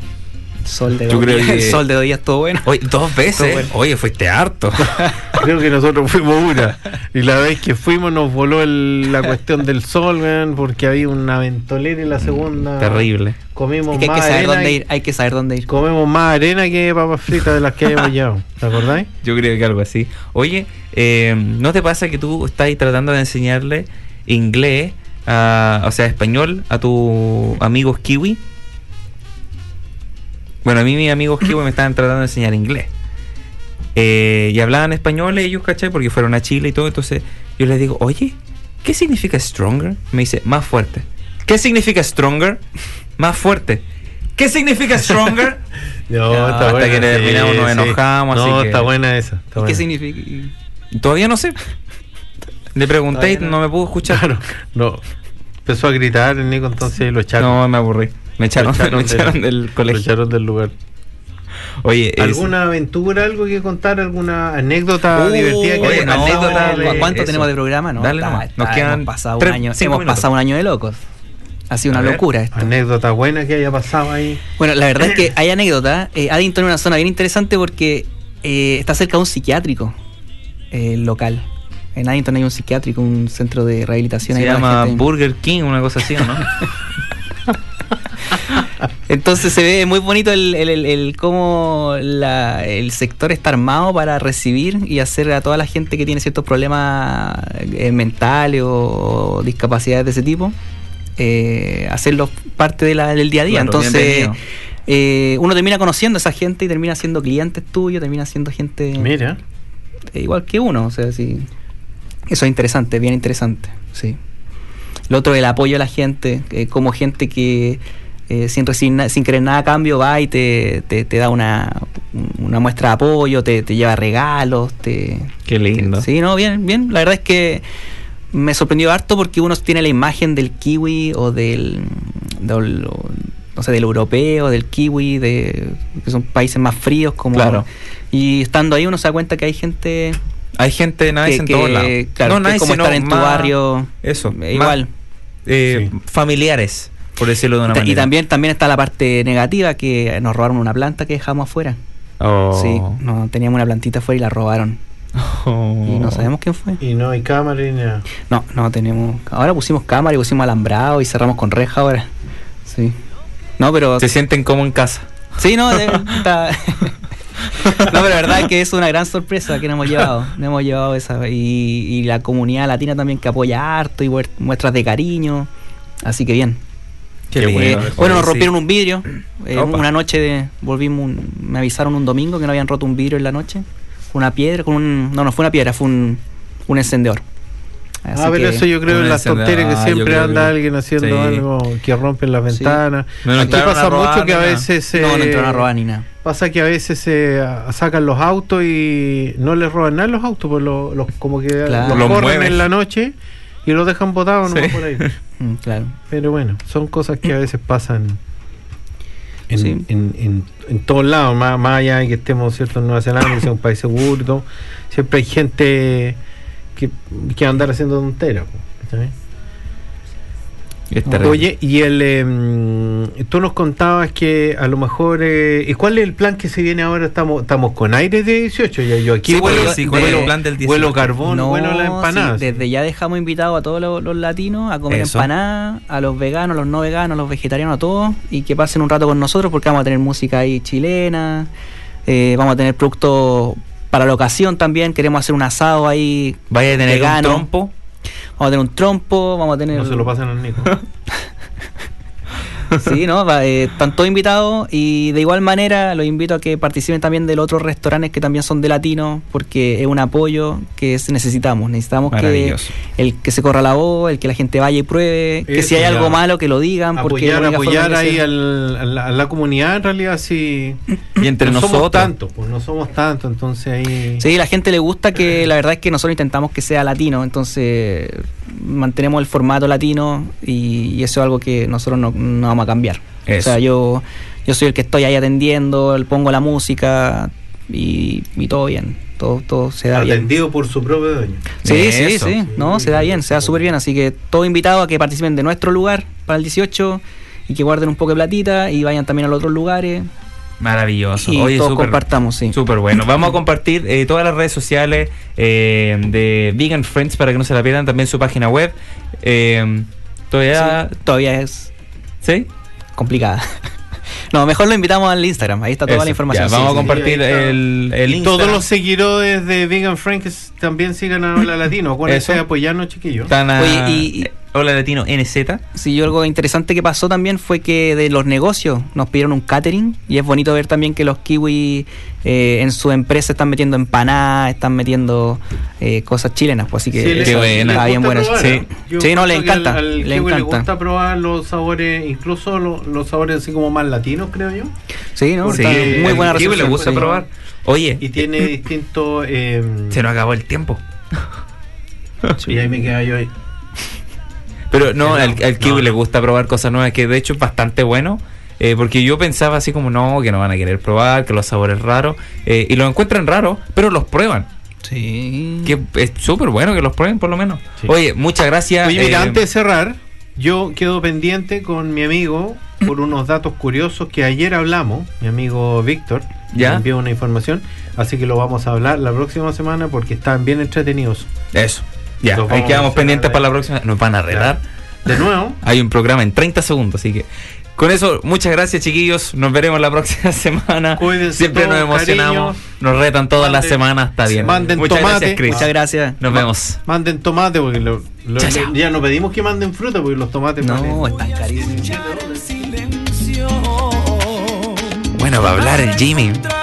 Sol de Yo dos creo días. que- El sol de dos días estuvo bueno. Oye, dos veces. bueno. Oye, fuiste harto. Creo que nosotros fuimos una. Y la vez que fuimos nos voló el- la cuestión del sol, weón, porque había una ventolera y la segunda. Terrible. Comimos Es que hay más que saber arena dónde y- ir, hay que saber dónde ir. Comemos más arena que papas fritas de las que hayamos llevado. ¿Te acordáis? Yo creo que algo así. Oye, eh, ¿no te pasa que tú estás ahí tratando de enseñarle inglés, a- o sea, español, a tus amigos kiwi? Bueno, a mí mis amigos kiwi me estaban tratando de enseñar inglés. Eh, y hablaban español ellos, ¿cachai? Porque fueron a Chile y todo. Entonces yo les digo, oye, ¿qué significa stronger? Me dice, más fuerte. ¿Qué significa stronger? Más fuerte. ¿Qué significa stronger? No, está hasta buena, que sí, terminamos nos sí. enojamos, No, así que- está buena esa. está ¿Y qué buena. significa? Todavía no sé. Le pregunté y Todavía no no. me pudo escuchar. Claro, no. Empezó a gritar el Nico, entonces lo echaron. No, me aburrí. Me echaron, Lo echaron me echaron del, colegio. Lo echaron del lugar. Oye, es- ¿Alguna aventura, algo que contar? ¿Alguna anécdota Uh, divertida que oye, hayas no, pasado anécdota de- dale, ¿Cuánto eso. tenemos de programa? No, Dale está- nomás. está- Nos quedan hemos pasado, tres- un año, cinco hemos minutos. pasado un año de locos. Ha sido A una ver. locura esto. Anécdota buena que haya pasado ahí. Bueno, la verdad es que hay anécdota. Eh, Addington es una zona bien interesante porque eh, está cerca de un psiquiátrico eh, local. En Addington hay un psiquiátrico, un centro de rehabilitación. se ahí para la llama gente. Burger King, una cosa así, ¿o ¿no? Entonces se ve muy bonito el, el, el- el cómo la- el sector está armado para recibir y hacer a toda la gente que tiene ciertos problemas eh, mentales o discapacidades de ese tipo, eh, hacerlos parte de la- del día a día. Claro, Entonces bienvenido. eh, uno termina conociendo a esa gente y termina siendo clientes tuyos, termina siendo gente Mira. eh, igual que uno. O sea, sí. Eso es interesante, bien interesante, sí. Lo otro, el apoyo a la gente, eh, como gente que eh, sin, recibir na- sin querer nada a cambio va y te, te- te da una, una muestra de apoyo, te, te lleva regalos, te... Qué lindo. Sí, no, bien, bien. La verdad es que me sorprendió harto porque uno tiene la imagen del kiwi o del, del- o- no sé, del europeo, del kiwi, de que son países más fríos como Claro. y estando ahí uno se da cuenta que hay gente Hay gente nice que, en que- todos lados. claro, que es nice, como sino estar en tu más- barrio Eso. eh, más, igual. eh, Familiares, por decirlo de una Ta- manera. y también también está la parte negativa que nos robaron una planta que dejamos afuera. Oh. Sí, no teníamos una plantita afuera y la robaron Oh. y no sabemos quién fue. Y no hay cámara ni nada. No, no tenemos. Ahora pusimos cámara y pusimos alambrado y cerramos con reja ahora. Sí. No, pero. Se sienten como en casa. Sí, no, de- está- No, pero la verdad es que es una gran sorpresa que nos hemos llevado. Nos hemos llevado esa. Y, y la comunidad latina también que apoya harto y muer- muestras de cariño. Así que bien. Qué Eh, bueno, Bueno, mejor nos rompieron un vidrio. Eh, Opa. una noche de- volvimos, un- me avisaron un domingo que no habían roto un vidrio en la noche. Una piedra, con un, no, no fue una piedra, fue un, un encendedor. Así ah, pero que- eso yo creo Una en las encendedora, tonterías que ah, siempre yo creo anda que- alguien haciendo sí. algo que rompen las Sí. ventanas. No, no Aquí entraron a pasa robar mucho ni que a nada. veces. No, eh, no entraron a robar ni nada. Pasa que a veces se ah, sacan los autos y no les roban nada los autos, pues lo- los- como que Claro. los, Los corren mueven. en la noche y los dejan botados nomás Sí. por ahí. Mm, claro. Pero bueno, son cosas que a veces pasan en, Sí. en- en- en todos lados, más, más allá de que estemos cierto en Nueva Zelanda, que sea un país seguro, y todo, siempre hay gente que, que va a andar haciendo tonteras. po, ¿cachai? Es terrible. Oye, y el em, tú nos contabas que a lo mejor eh, ¿y cuál es el plan que se viene ahora? Estamos estamos con aire de 18 ya yo aquí Sí, vuelo, pues, sí, ¿cuál es el plan del 18? vuelo carbón, vuelo la sí, empanada. desde ya dejamos invitados a todos los, los latinos a comer Eso. empanadas, a los veganos, los no veganos, los vegetarianos, a todos, y que pasen un rato con nosotros porque vamos a tener música ahí chilena, eh, vamos a tener productos para la ocasión también, queremos hacer un asado ahí, Vaya a tener Vegano. un trompo. vamos a tener un trompo, vamos a tener... No se lo pasan al Nico. Sí, ¿no? Va, eh, están todos invitados y de igual manera los invito a que participen también de los otros restaurantes que también son de latinos porque es un apoyo que es- necesitamos. Necesitamos que Maravilloso. el que se corra la voz, el que la gente vaya y pruebe, que Eso si hay ya. algo malo que lo digan. porque es apoyar la única forma apoyar que ahí se- al- a, la, a la comunidad en realidad sí Y entre no nosotros. somos tanto, pues no somos tanto, entonces ahí Sí, la gente le gusta que la verdad es que nosotros intentamos que sea latino, entonces mantenemos el formato latino y, y eso es algo que nosotros no, no vamos a cambiar. Eso. O sea, yo, yo soy el que estoy ahí atendiendo, el- pongo la música y, y todo bien, todo, todo se da bien. atendido por su propio dueño. Sí, Eso. sí, sí, no, se da bien, se da súper bien, así que todo invitado a que participen de nuestro lugar para el 18 y que guarden un poco de platita y vayan también a los otros lugares Maravilloso. y Oye, todos súper- compartamos, sí. Súper bueno. Vamos a compartir eh, todas las redes sociales eh, de Vegan Friends para que no se la pierdan. También su página web. Eh, todavía. Sí, todavía es ¿Sí? complicada. No, mejor lo invitamos al Instagram, ahí está toda Eso, la información. ya, Sí, vamos sí, a compartir sí, ahí está. el, el y todos Instagram. los seguidores de Vegan Franks también sigan a Hola Latino. Acuérdense Eso. de apoyarnos, chiquillos. Están a- Oye, y- y- Hola Latino NZ. sí. Sí, yo algo interesante que pasó también fue que de los negocios nos pidieron un catering y es bonito ver también que los kiwi eh, en su empresa están metiendo empanadas, están metiendo eh, cosas chilenas, pues así que Sí, les- qué eso buena. está les bien gusta bueno. eso. probar, Sí, ¿no? Yo Sí, no, le creo que al- encanta, al le Kiwi le encanta. gusta probar los sabores, incluso lo- los, sabores así como más latinos, creo yo. Sí, ¿no? Sí, Está muy buena al Sí, recepción. le gusta sí. probar. Oye, Y tiene distintos. eh, se nos acabó el tiempo. y ahí me quedaba yo ahí. Pero no, Sí, al, no, al kiwi no. le gusta probar cosas nuevas, que de hecho es bastante bueno. eh, porque yo pensaba así como, no, que no van a querer probar, que los sabores raros. eh, y los encuentran raros, pero los prueban. Sí. Que es súper bueno que los prueben, por lo menos. Sí. Oye, muchas gracias. Oye, mira, eh, antes de cerrar, yo quedo pendiente con mi amigo por unos datos curiosos que ayer hablamos, mi amigo Víctor. Ya. me envió una información, así que lo vamos a hablar la próxima semana porque están bien entretenidos. Eso. Ya, Los ahí vamos quedamos a pendientes mencionar para la próxima. Nos van a arreglar. De nuevo, Hay un programa en 30 segundos, así que. Con eso, muchas gracias, chiquillos. Nos veremos la próxima semana. Cuídense Siempre nos todos, emocionamos. cariño. Nos retan todas las Manden- semanas, está bien. manden muchas tomate. gracias, Chris. Muchas gracias. Nos vemos. manden tomate porque lo- lo- Chao, chao. ya no pedimos que manden fruta porque los tomates No, valen. están carísimos. Escuchar el silencio. Bueno, va a hablar el Jimmy. Encontrar